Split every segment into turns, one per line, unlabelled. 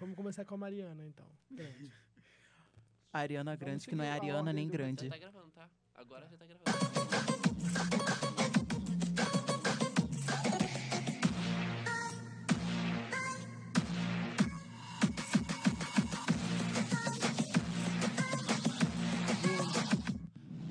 Vamos começar com a Mariana, então. Grande.
A Ariana Grande, que não é
seguir a
Ariana
ordem
nem
do-
grande.
Já tá gravando, tá? Agora já tá gravando.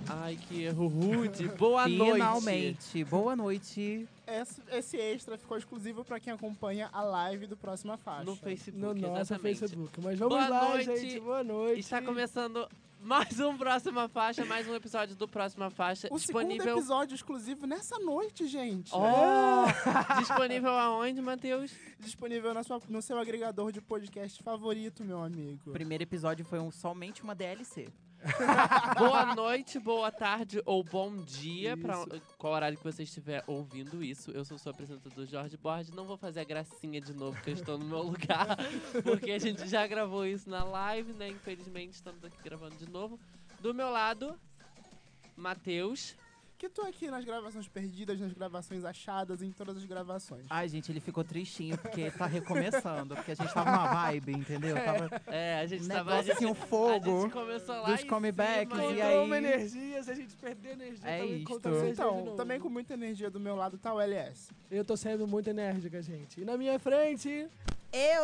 Ai, que erro rude. Boa noite.
Finalmente. Boa noite.
Esse, esse extra ficou exclusivo pra quem acompanha a live do Próxima Faixa.
No Facebook,
No nosso
exatamente.
Facebook. Mas vamos
Boa
lá,
noite.
gente. Boa noite.
Está começando mais um Próxima Faixa, mais um episódio do Próxima Faixa.
O segundo
disponível...
episódio exclusivo nessa noite, gente.
Oh! disponível aonde, Matheus?
Disponível na sua- no seu agregador de podcast favorito, meu amigo.
O primeiro episódio foi um- somente uma DLC.
Boa noite, boa tarde ou bom dia para qual horário que você estiver ouvindo isso. Eu sou sua apresentador Jorge Borges. Não vou fazer a gracinha de novo que eu estou no meu lugar, porque a gente já gravou isso na live, né? Infelizmente estamos aqui gravando de novo. Do meu lado, Matheus.
Que tô aqui nas gravações perdidas, nas gravações achadas, em todas as gravações.
Ai, gente, ele ficou tristinho porque tá recomeçando. Porque a gente tava numa vibe, entendeu? Tava
É, a gente
um
estava a
negócio
gente,
assim, um
a gente
fogo.
começou lá
dos
em
comebacks
cima,
e
Encontrou
aí-
uma energia, se a gente perder energia,
É
também
isto.
encontramos energia de
Então,
novo.
também com muita energia do meu lado tá o LS.
Eu tô sendo muito enérgica, gente. E na minha frente,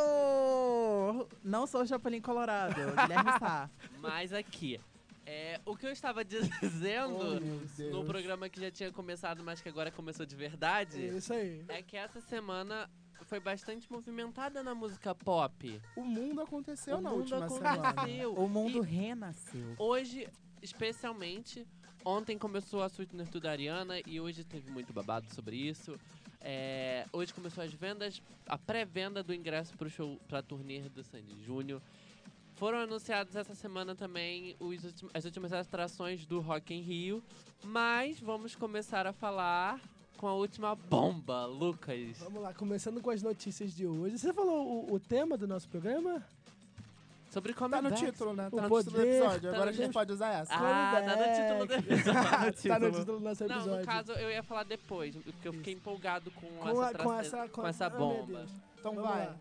Eu não sou o Chapolin Colorado, Guilherme tá. Sá.
Mas aqui, é, o que eu estava dizendo
meu
no
Deus.
programa que já tinha começado, mas que agora começou de verdade.
é isso aí.
É que essa semana foi bastante movimentada na música pop.
O mundo aconteceu
o
na
mundo
última semana.
aconteceu.
O mundo
E
renasceu.
hoje, especialmente, ontem começou a Suíte da Ariana e hoje teve muito babado sobre isso. É, hoje começou as vendas, a pré-venda do ingresso pro show, pra turnê do Sandy Júnior. Foram anunciados essa semana também os ultim- as últimas atrações do Rock em Rio, mas vamos começar a falar com a última bomba, Lucas.
Vamos lá, começando com as notícias de hoje. Você falou o, o tema do nosso programa?
Sobre como
Tá no título, né?
O
Tá no título do
poder,
episódio.
tá
Agora
no
a gente
título.
pode usar essa.
Ah, tá no título do episódio.
tá no título do nosso episódio.
Não, no caso eu ia falar depois, porque eu fiquei empolgado com,
com,
essa,
a- com
atração-
essa,
com essa
Ah, meu
bomba.
Deus.
Então
Vamos
vai.
lá.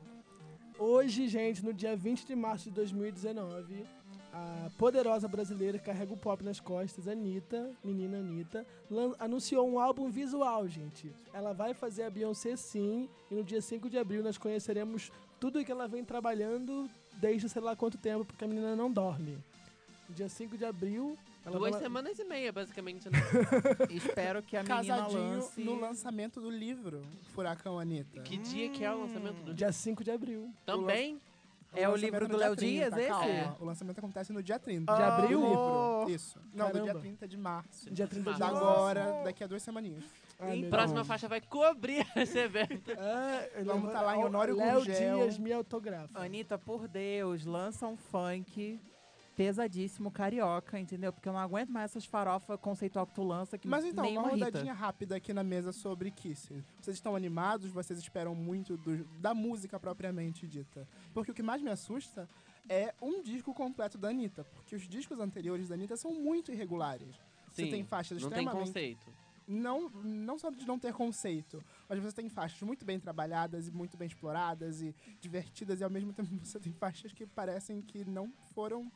Hoje, gente, no dia 20 de março de 2019, a poderosa brasileira que carrega o pop nas costas, Anitta, menina Anitta, lan- anunciou um álbum visual, gente. Ela vai fazer a Beyoncé sim, e no dia 5 de abril nós conheceremos tudo que ela vem trabalhando desde sei lá quanto tempo, porque a menina não dorme. No dia 5 de abril, ela
Duas
vai-
semanas e meia, basicamente, né?
Espero que a menina
Casadinho
lance.
no lançamento do livro Furacão Anitta.
que dia que é o lançamento do dia?
Dia 5 de abril.
Também?
É o
lançamento
livro
no
do
dia
Léo
30,
Dias, esse?
calma.
É.
O lançamento acontece no dia 30.
De abril?
Do livro. Isso. Não, no dia
Caramba.
30 de março.
Dia 30 de
Da
Nossa.
março.
agora, daqui a duas semaninhas.
Ah, meu Deus.
Próxima faixa vai cobrir esse evento.
Ah, eu
Vamos
vou-
tá lá em Honório
Léo
Gurgel.
Dias me autografa.
Anitta, por Deus, lança um funk pesadíssimo, carioca, entendeu? Porque eu não aguento mais essas farofas conceitual que tu lança, que
Mas então, uma
nenhuma
rodadinha
Rita.
rápida aqui na mesa sobre Kiss. Vocês estão animados? Vocês esperam muito do- da música propriamente dita? Porque o que mais me assusta é um disco completo da Anitta. Porque os discos anteriores da Anitta são muito irregulares.
Sim,
Você tem faixas
Não tem
extremamente
conceito.
não, não só de não ter conceito, mas você tem faixas muito bem trabalhadas e muito bem exploradas e divertidas, e ao mesmo tempo você tem faixas que parecem que não foram.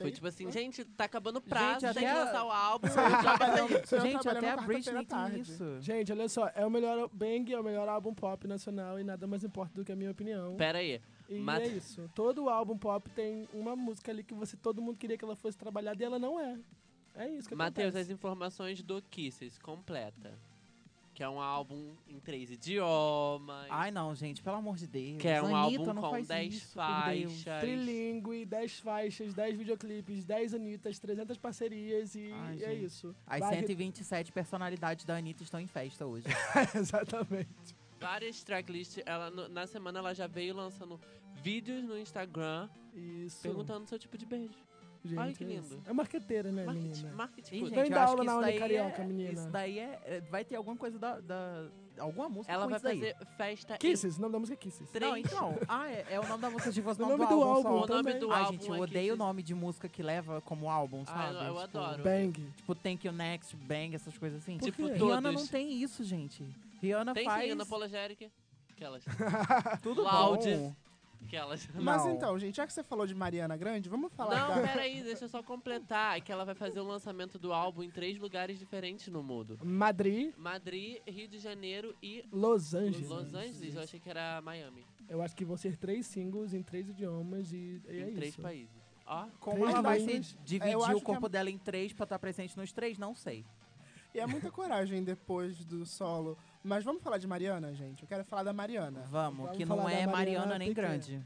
Foi tipo assim, gente, tá acabando o prazo,
Gente,
tem que
até-
lançar o álbum.
Gente, até a Britney tem isso.
Gente, olha só, é o melhor Bang, é o melhor álbum pop nacional e nada mais importa do que a minha opinião.
Pera aí.
e
mas-
é isso. Todo álbum pop tem uma música ali que você todo mundo queria que ela fosse trabalhada e ela não é. É isso que
Matheus, as
acontece.
informações do Kisses, completa. Que é um álbum em três idiomas.
Ai, não, gente, pelo amor de Deus.
que é um
Anitta,
álbum
não
com
faz
10
isso, por Deus.
faixas.
Trilingue, 10 faixas, 10 videoclipes, 10 Anitas, 300 parcerias e,
Ai,
e é
gente.
isso.
As
Vai-
127 personalidades da Anitta estão em festa hoje.
Exatamente.
várias tracklists. Ela, no- na semana ela já veio lançando vídeos no Instagram
Isso.
perguntando seu tipo de beijo.
Gente,
Ai, que
é isso.
lindo.
É marqueteira, né,
Marketing,
menina?
marketing.
Ih,
good.
Vem
eu
dar
acho
aula
que
na
isso
Uni
daí
Carioca,
é,
menina.
Isso daí é, é- Vai ter alguma coisa da. da- alguma música
ela
com
vai
isso daí.
fazer festa
Kisses, o nome da música é Kisses.
em
Não,
três.
então. Ah, é, é o nome da música de voz,
O nome do
álbum.
álbum
só.
o nome
também.
do
Ai,
álbum
gente, eu
é
odeio o
Kisses.
nome de música que leva como álbum,
Ah,
sabe?
eu, eu
Tipo,
adoro.
Bang.
Tipo, Thank You Next, Bang, essas coisas assim.
Por
Tipo,
quê?
Rihanna
todos.
não tem isso, gente. Rihanna
Tem
faz
sim, Ana Apologérica. Aquelas.
tudo
Loud.
bom.
Aquelas.
Mas
Não.
então, gente, já que você falou de Mariana Grande, vamos falar
Não,
né?
da...
peraí, deixa eu só completar. Que ela vai fazer o lançamento do álbum em três lugares diferentes no mundo.
Madrid,
Madrid, Rio de Janeiro e
Los Angeles.
Los Angeles. Eu achei que era Miami.
Eu acho que vão ser três singles em três idiomas e, e é
em três
isso.
países. Ó,
Como
Três
ela
Ela vai
vai
se
línguas.
dividir
Eu acho
o
que
corpo
a-
dela em três pra estar presente nos três? Não sei.
E é muita coragem depois do solo. Mas vamos falar de Mariana, gente. Eu quero falar da Mariana.
Vamos,
Vamos
que
falar
não
da
é
Mariana
Mariana nem
Pequena.
grande.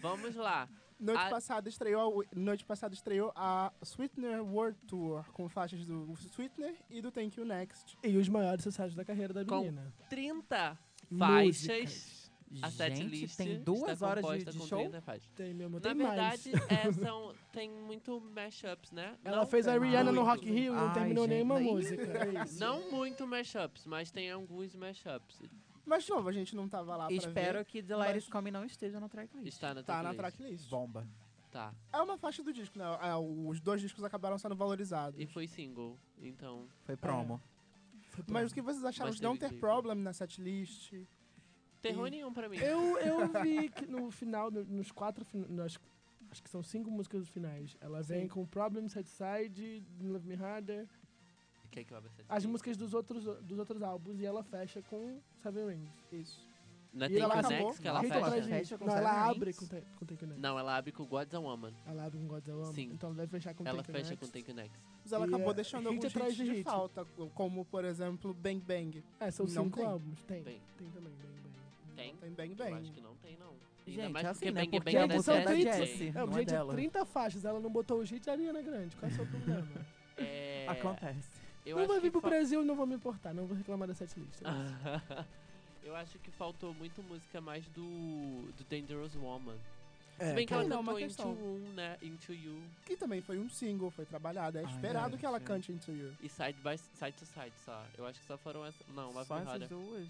vamos lá.
Noite
A-
passada estreou a- noite passada estreou a Sweetener World Tour com faixas do Sweetener e do Thank You Next.
E os maiores sucessos da carreira da
Com-
menina.
30 faixas.
Músicas.
A set
Gente,
list
tem duas
está
horas de,
composta
de
com
show?
30 faixas.
Tem mesmo,
Na
tem mais.
verdade, é, são, tem muito mashups, né?
Ela
Não
fez a
tem
Rihanna no
muito.
Rock in Rio e não
Ai,
terminou
gente,
nenhuma
nem-
música. É isso.
Não muito mashups, mas tem alguns mashups.
Mas de novo, a gente não tava lá pra
Espero
ver.
que The Ladies
mas-
Come não esteja na tracklist.
Está na
Tá na
tracklist.
tracklist.
Bomba.
Tá.
É uma faixa do disco, né? É, os dois discos acabaram sendo valorizados.
E foi single, então.
Foi promo.
Foi bom.
Mas o que vocês acharam
Mas
de não
teve
ter
clipe.
problem na setlist?
Terror
E-
nenhum pra mim.
Eu, eu vi que no final, no- nos quatro. fin- Nas, acho que são cinco músicas finais. Ela vem
Sim.
com Problem, Sad Side, Love Me Harder,
Quer que eu abra essa
as
aqui?
músicas dos outros, dos outros álbuns e ela fecha com Seven Rings.
Isso.
Não
E
é Take
ela
Your
acabou.
Next que ela
Quem tá
fecha?
atrás
fecha?
disso?
Fecha com
Não,
Seven
ela
Rings?
abre com, Take- com Take Next.
Não, ela abre com God's a Woman.
Ela abre com God's I Love.
Sim.
Então ela vai fechar com
Ela
Take
fecha
Next.
com Take Your Next.
Mas ela
E
acabou
é
deixando
hit
alguns
atrás
hits
de
de
hit.
falta, como, por exemplo, Bang Bang.
É, são
Não
cinco
tem.
álbuns. Tem.
Tem.
Tem também, bem, bem.
Tem?
Tem Bang
Eu acho
Bang.
que não tem, não. Ainda
Gente,
mais
é
porque
assim, né?
Bang
Porque
Bang
é
da
produção
Jessie.
da
Jessie.
É,
Não é
gente,
dela.
30 faixas. Ela não botou o hit da Ariana Grande. Qual é o seu problema?
É,
Acontece.
eu
não
acho
vai
que
vir pro
fa- Ah,
Brasil, não vou me importar. Não vou reclamar da setlist. é isso.
Eu acho que faltou muito música mais do, do Dangerous Woman.
É,
Se bem que
cara,
ela
não, uma
cantou Into
questão.
Room, né? Into You
Que também foi um single, foi trabalhado. É
Ai,
esperado que ela
gente.
cante Into You.
e Side by Side to Side só. Eu acho que só foram essas. Não, Love
Só
Me
essas
Harder.
duas.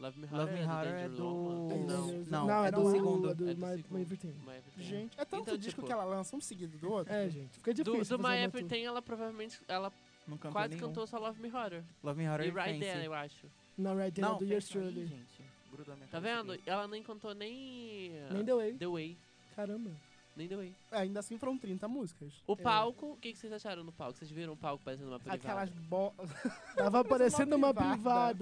Love Me
Love
Harder
Me
é do
Harder é
Dangerous
do...
Woman. Não.
Dangerous-
Não,
Não,
é,
é
do,
do-
segundo.
do
é
My-
segundo.
My Everything.
My Everything.
Gente, é tanto
Então,
disco
tipo-
que ela lança um seguido do outro.
É, gente. Fica
Do,
difícil.
do
fazer
My
uma tour.
Everything, ela provavelmente ela
Não cantou
quase
nenhum.
cantou só Love Me Harder.
Love Me Harder é
e Right
Fancy.
There, eu acho.
Não, Right There é
Não,
do Yours
Fancy não,
Truly.
gente. Grudou minha
Tá
cabeça
vendo?
aqui.
Ela nem cantou nem...
Nem deu aí.
The Way.
Caramba.
Nem The Way.
É, ainda assim foram 30 músicas.
O
É.
palco, o que, que vocês acharam no palco? Vocês viram o palco parecendo uma privada?
Aquelas bo...
Tava parecendo uma
privada.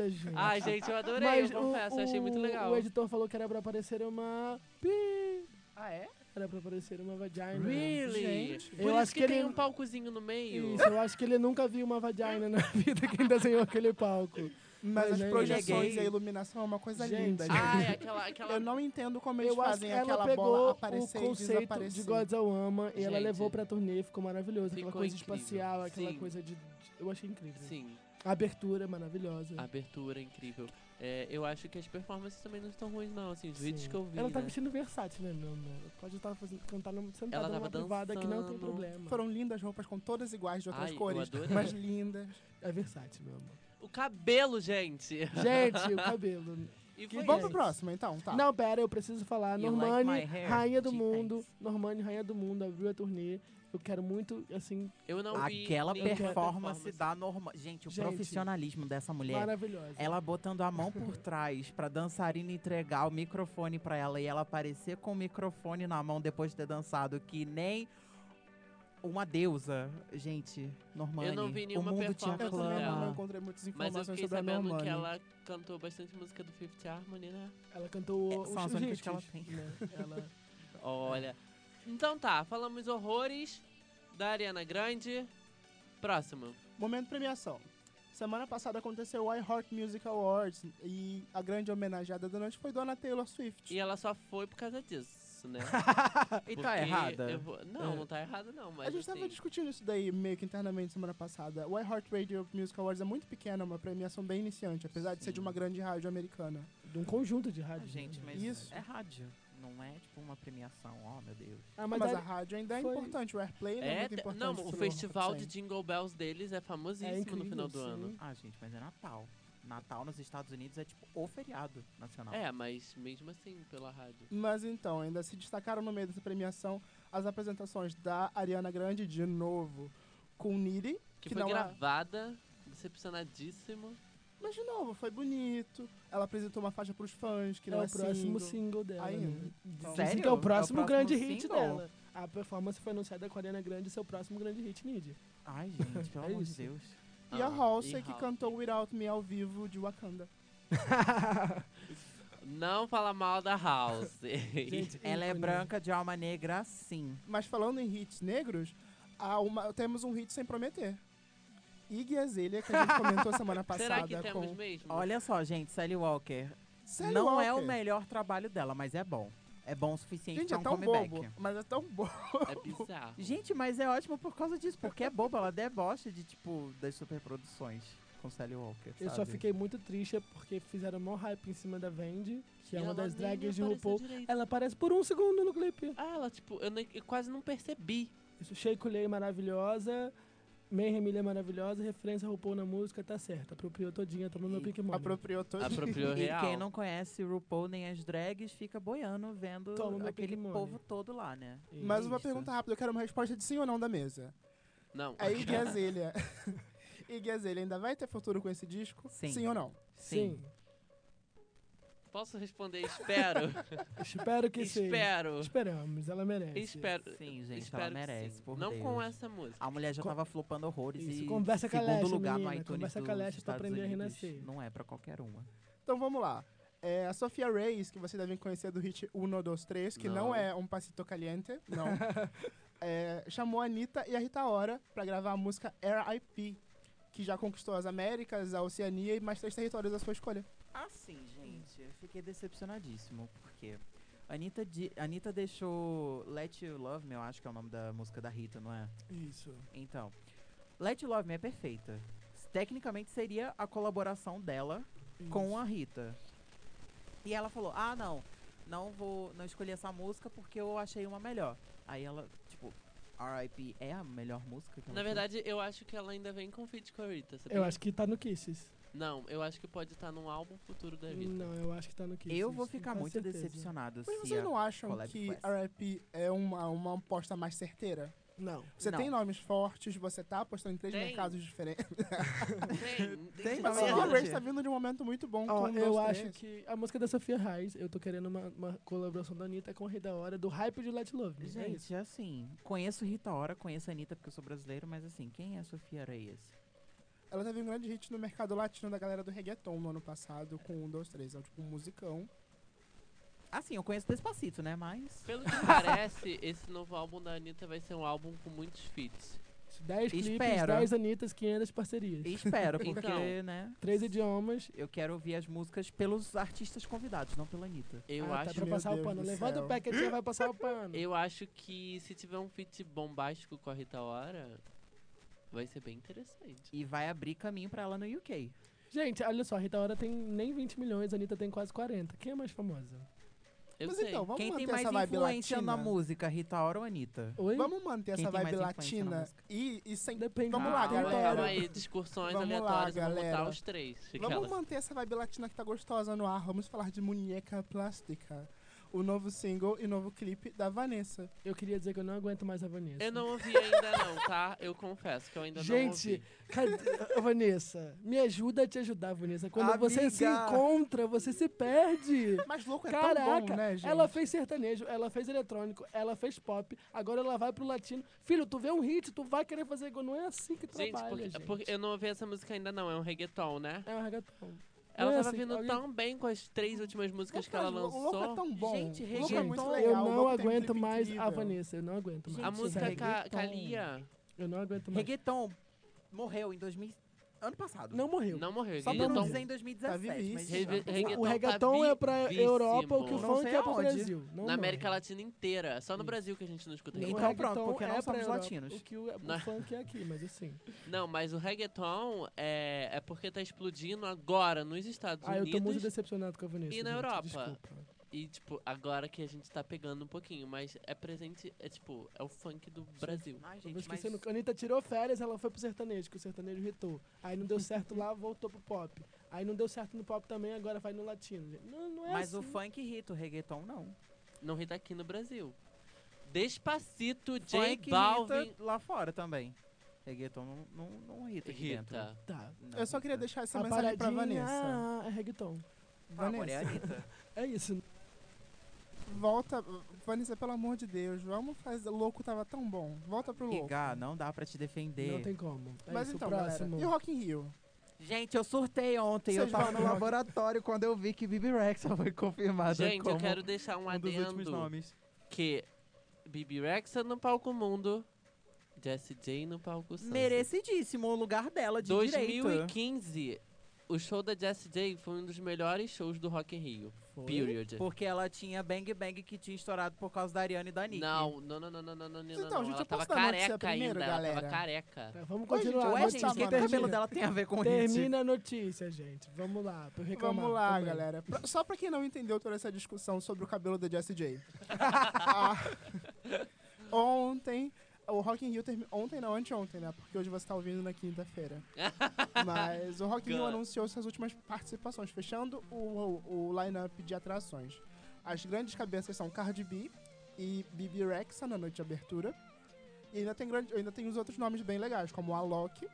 privada, gente.
Ai, gente, eu adorei,
Mas
eu confesso, eu achei muito legal.
O editor falou que era pra aparecer uma. Pi!
Ah, é?
Era pra aparecer uma vagina.
Really?
Gente.
Por
Eu
isso
acho
que,
que
tem
ele-
um palcozinho no meio.
Isso, é eu acho que ele nunca viu uma vagina na vida quem desenhou aquele palco.
Mas
Mas,
as
gente,
projeções
ele é
e
gay.
a iluminação é uma coisa
Né, Gente.
linda, gente.
Ai, aquela... aquela...
Eu não entendo como eles
Eu acho que
fazem
ela
aquela
pegou
bola
o
aparecer e
conceito
desaparecer.
de Gods of Woman e ela
Gente.
levou pra turnê, ficou maravilhoso. Aquela
Ficou
coisa
incrível.
espacial, aquela
Sim.
coisa de. de- Eu achei incrível.
Sim,
A abertura é maravilhosa.
a abertura é incrível. É, eu acho que as performances também não estão ruins, não. Assim, os vídeos
Sim.
que eu vi,
Ela tava
né?
vestindo versátil, né, meu amor? Ela Pode estar fazendo, cantar num- sentada
Ela tava
numa privada que não tem
dançando.
problema.
Foram lindas roupas com todas iguais de outras
Ai, eu
cores,
adorei.
mas lindas.
É versátil, meu amor.
O cabelo, gente!
Gente, o cabelo.
E
Que
foi
Vamos pro
gente.
próximo, então, tá?
Não, pera, eu preciso falar.
You
Normani,
like my hair?
rainha do
Gee,
mundo.
thanks.
Normani, rainha do mundo, abriu a turnê. Eu quero muito, assim,
Eu não vi
Aquela
nenhuma
performance da normal. Gente, o
Gente.
profissionalismo dessa mulher.
maravilhosa.
Ela botando a mão por trás pra dançarina entregar o microfone pra ela e ela aparecer com o microfone na mão depois de ter dançado, que nem uma deusa. Gente, Normani,
Eu não vi nenhuma
o mundo te
performance
Eu também
dela.
não
aclama.
encontrei muitas
Mas eu
informações
fiquei
sobre a
sabendo
Normani.
que ela cantou bastante música do Fifth Harmony, né?
Ela cantou
É,
os,
são as
os
únicas
hits,
que ela tem.
né? Ela-
Olha. Então tá, falamos horrores da Ariana Grande. Próximo.
Momento premiação. Semana passada aconteceu o iHeart Music Awards e a grande homenageada da noite foi Dona Taylor Swift.
E ela só foi por causa disso, né?
E
Porque
tá errada.
eu vou- Não, não tá errada não, mas
É. a gente tava
assim,
discutindo isso daí meio que internamente semana passada. O iHeart Radio Music Awards é muito pequeno, é uma premiação bem iniciante, apesar de ser de uma grande rádio americana.
de um conjunto de rádio.
Ah, gente,
né?
mas
Isso.
é rádio. Não é tipo uma premiação, ó meu Deus.
Ah,
Mas,
mas
a
a-
rádio ainda
foi-
é importante, o airplay ainda é,
É,
muito
te-
importante.
não, o
pro
festival de
Rock
Jingle Bells deles é famosíssimo
é incrível,
no final do
sim.
ano.
Ah, gente, mas é Natal. Natal nos Estados Unidos é tipo o feriado nacional.
É, mas mesmo assim, pela rádio.
100. Mas então, ainda se destacaram no meio dessa premiação as apresentações da Ariana Grande de novo com Niri,
Que,
Que
foi
não é-
gravada, decepcionadíssimo.
Mas, de novo, foi bonito. Ela apresentou uma faixa pros fãs, que
é
não é,
o próximo
single.
single dela.
Aí,
né?
então-
Dizem
Sério?
que é
É
o
o
próximo
próximo
grande hit
single?
dela. A performance foi anunciada com a Ariana Grande e seu próximo grande hit, Nid.
Ai, gente, pelo
É
amor de
isso.
Deus.
E a
Ah,
Halsey,
e
que
Halsey.
cantou Without Me ao vivo de Wakanda.
Não fala mal da House.
Gente, né?
Ela é
ícone.
branca de alma negra, sim.
Mas falando em hits negros, há uma- temos um hit sem prometer. Iggy Azalea, que a gente comentou semana passada
Será que temos
com...
mesmo?
Olha só, gente, Sally Walker.
Sério,
não é o
Walker?
melhor trabalho dela, mas é bom. É bom o suficiente
Gente,
pra
é
um
tão
comeback.
bobo, mas é tão bobo.
É bizarro.
Gente, mas é ótimo por causa disso, porque é boba, ela debocha de, tipo, das superproduções com Sally Walker.
Eu só
sabe?
fiquei muito triste porque fizeram mó hype em cima da Vandy, que é
E
uma
ela
das
nem
drags de
apareceu
RuPaul.
direito.
Ela aparece por um segundo no clipe.
Ah, ela, tipo, eu, nem- eu quase não percebi.
Isso, Shake Lay maravilhosa, Mayhem Milha maravilhosa, referência a RuPaul na música, tá certa. Apropriou todinha, tomou meu
E
Pink Money.
Apropriou todo
Apropriou
E
real.
quem não conhece RuPaul nem as drags fica boiando vendo
Toma meu
aquele
Pink Money.
povo todo lá, né?
Mas uma
Isso.
pergunta rápida, eu quero uma resposta de sim ou não da mesa.
Não.
A Iggy Azalea. Iggy Azalea ainda vai ter futuro com esse disco?
Sim.
Sim ou não?
Sim.
Posso responder? Espero.
Espero que sim.
espero.
Esperamos, ela merece.
Espero.
Sim, gente,
espero
ela
que
merece,
sim.
por
Não
Deus.
com essa música.
A mulher já
Con-
tava flopando horrores
Isso,
e
conversa com a
segundo
Lesha,
lugar
menina,
no iTunes
conversa
dos
com a Lesha pra
Estados
aprender a
Unidos.
renascer.
Não é pra qualquer uma.
Então vamos lá. É, a Sofia Reis, que você devem conhecer do hit 1, 2, 3, que não,
Não.
é um passito caliente, não. É, chamou a Anitta e a Rita Ora pra gravar a música R.I.P., que já conquistou as Américas, a Oceania e mais três territórios à sua escolha.
Assim, gente, eu fiquei decepcionadíssimo, porque Anitta, di- Anitta deixou Let You Love Me, eu acho que é o nome da música da Rita, não é?
Isso.
Então, Let You Love Me é perfeita. Tecnicamente seria a colaboração dela com a Rita. E ela falou: "Ah, não. Não vou, não escolhi essa música porque eu achei uma melhor". Aí ela, tipo, R.I.P. é a melhor música que ela
Na
fez?
verdade, eu acho que ela ainda vem com feat com a Rita, sabia?
Eu acho que tá no Kisses.
Não, eu acho que pode estar num álbum futuro da Rita.
Não, eu acho que tá no Kisses.
eu vou ficar
com
muito
certeza.
decepcionado
Mas
se
vocês
a
não acham
collab
que
com essa.
R.I.P. é uma, uma aposta mais certeira?
Não.
Você
Não.
tem nomes fortes, você tá apostando em três
Tem.
mercados diferentes.
Tem, tem,
Tem,
que
mas
Mas
ser.
a
Verdade.
Reis tá vindo de um momento muito bom com
Ó,
um,
Então, eu
dois,
acho
três.
que a música da Sofia Reis, eu tô querendo uma, uma colaboração da Anitta com o Rei da Hora, do hype de Let Love. Me. É isso.
Gente, assim, conheço Rita Ora, conheço a Anitta porque eu sou brasileiro, mas assim, quem é a Sofia Reyes?
Ela teve um grande hit no mercado latino da galera do reggaeton no ano passado com um, dois, três. É tipo um musicão.
Assim, eu conheço Despacito, né? Mas.
Pelo que parece, esse novo álbum da Anitta vai ser um álbum com muitos feats.
10 clipes,
Espero.
10 Anitas, 500 parcerias.
Espero, porque,
Então.
né?
Três idiomas.
Eu quero ouvir as músicas pelos artistas convidados, não pela Anitta.
Eu
Ah, tá
acho
pra
Meu
passar o
Deus
pano.
do
Levanta
céu.
o pé que a tia vai passar o pano.
Eu acho que se tiver um feat bombástico com a Rita Ora, vai ser bem interessante.
E vai abrir caminho pra ela no UK.
Gente, olha só, a Rita Ora tem nem 20 milhões, a Anitta tem quase 40. Quem é mais famosa?
Eu
Mas
sei.
então, vamos
Quem
manter
tem mais
essa vibe
influência
latina.
na música, Rita Ora ou Anitta?
Oi?
Vamos manter
Quem
essa
tem mais
vibe
influência na
latina
música?
e, e sem.
Depende
Vamos
do
lá,
tempo.
calma,
galera.
calma aí, discussões
Vamos lá,
aleatórias, vamos
galera.
botar os três.
Vamos
aquelas.
manter essa vibe latina que tá gostosa no ar. Vamos falar de Muñeca Plástica. O novo single e novo clipe da Vanessa.
Eu queria dizer que eu não aguento mais a Vanessa.
Eu não ouvi ainda não, tá? Eu confesso que eu ainda não ouvi.
Gente, cadê, Ô, Vanessa, me ajuda a te ajudar, Vanessa. Quando você se
Amiga.
encontra, você se perde.
Mas louco é tão
Caraca,
bom, né, gente?
ela fez sertanejo, ela fez eletrônico, ela fez pop, agora ela vai pro latino. Filho, tu vê um hit, tu vai querer fazer igual. Não é assim que
Gente,
trabalha,
porque,
gente.
porque eu não ouvi essa música ainda não, é um reggaeton, né?
É um reggaeton.
Ela
Não é
tava
assim,
vindo
alguém-
tão bem com as três últimas músicas que ela
Mas O louco é
lançou.
tão bom.
Gente,
o louco é muito
reggaeton.
eu
legal. o
não
Louco tem um
aguento
clipe
mais a
incrível.
Vanessa, eu não aguento mais.
A
Gente,
música é ca
reggaeton.
Calia
Eu não aguento mais.
Reggaeton morreu em 2000. Ano passado.
Não morreu.
não morreu.
Só pra
Reggaeton-
não
reggaeton-
dizer em 2017.
Tá
mas
vivíssimo.
já.
Revi- reggaeton
o
tá
reggaeton é pra
vivíssimo.
Europa, o que o
Não
funk
sei
é pro
aonde.
Brasil. Não
Na América
morre.
Latina inteira. Só no Brasil que a gente não escuta
O
Então
reggaeton.
reggaeton é
pronto, porque não
pra
somos
Europa,
latinos.
O que o, o
Não.
funk é aqui, mas assim.
Não, mas o reggaeton é, é porque tá explodindo agora nos Estados
Ah, eu
Unidos.
tô muito decepcionado com a Vanessa.
e na
gente,
Europa?
Desculpa.
E, tipo, agora que a gente tá pegando um pouquinho, mas é presente, é tipo, é o funk do Brasil.
Ai,
Eu vou
gente, mas...
esquecendo. que A Anitta tirou férias, ela foi pro sertanejo, que o sertanejo irritou. Aí não deu certo lá, voltou pro pop. Aí não deu certo no pop também, agora vai no latino. Não, não é
mas
assim.
o funk irrita, o reggaeton não.
Não rita aqui no Brasil. Despacito, J
funk
Balvin.
irrita lá fora também. Reggaeton não, não, não irrita aqui dentro.
Rita.
Tá.
Não,
Eu só
não
queria
irrita.
deixar essa
a
mensagem pra
paradinha
Vanessa.
é reggaeton.
Ah, amor, é a
Vanessa,
Anitta.
É isso.
volta. Vanessa, pelo amor de Deus, vamos fazer. Louco tava tão bom. Volta pro louco.
Igá, não dá pra te defender.
Não tem como. É
Mas
isso,
então, galera.
próximo.
E o Rock in Rio?
Gente, eu surtei ontem. eu
Vocês
tava
vão
no
no-
laboratório quando eu vi que Bibi Rex foi confirmada
Gente,
como
eu quero deixar um
um dos últimos
adendo
nomes.
que Bibi Rexa no palco mundo, Jessie J no palco Sunset.
Merecidíssimo o lugar dela de direito.
2015, o show da Jessie J foi um dos melhores shows do Rock in Rio.
Foi.
Period.
Porque ela tinha Bang Bang que tinha estourado por causa da Ariane e da Nick.
Não, não, não, não, não, não, não, não.
Então,
não.
gente,
ela
eu
tava
posso dar
careca
notícia primeiro,
ainda, ela
galera?
tava careca.
Tá, vamos
Oi, gente,
continuar.
ué,
Ué,
vamos
é, gente,
tá,
o
lá,
que que o
mano.
cabelo
termina.
dela tem a ver com isso?
Termina a notícia, gente. Vamos lá. pra eu reclamar
Vamos lá,
também.
galera. Pra- só pra quem não entendeu toda essa discussão sobre o cabelo da Jessie J. Ah, ontem, o Rock in Rio terminou. Ontem não, anteontem, né? Porque hoje você tá ouvindo na quinta-feira. Mas o Rock in Rio
Gun.
anunciou suas últimas participações, fechando o, o, o line-up de atrações. As grandes cabeças são Cardi B e Bibi Rexa na noite de abertura. E ainda tem, grande, ainda tem os outros nomes bem legais, como Alok.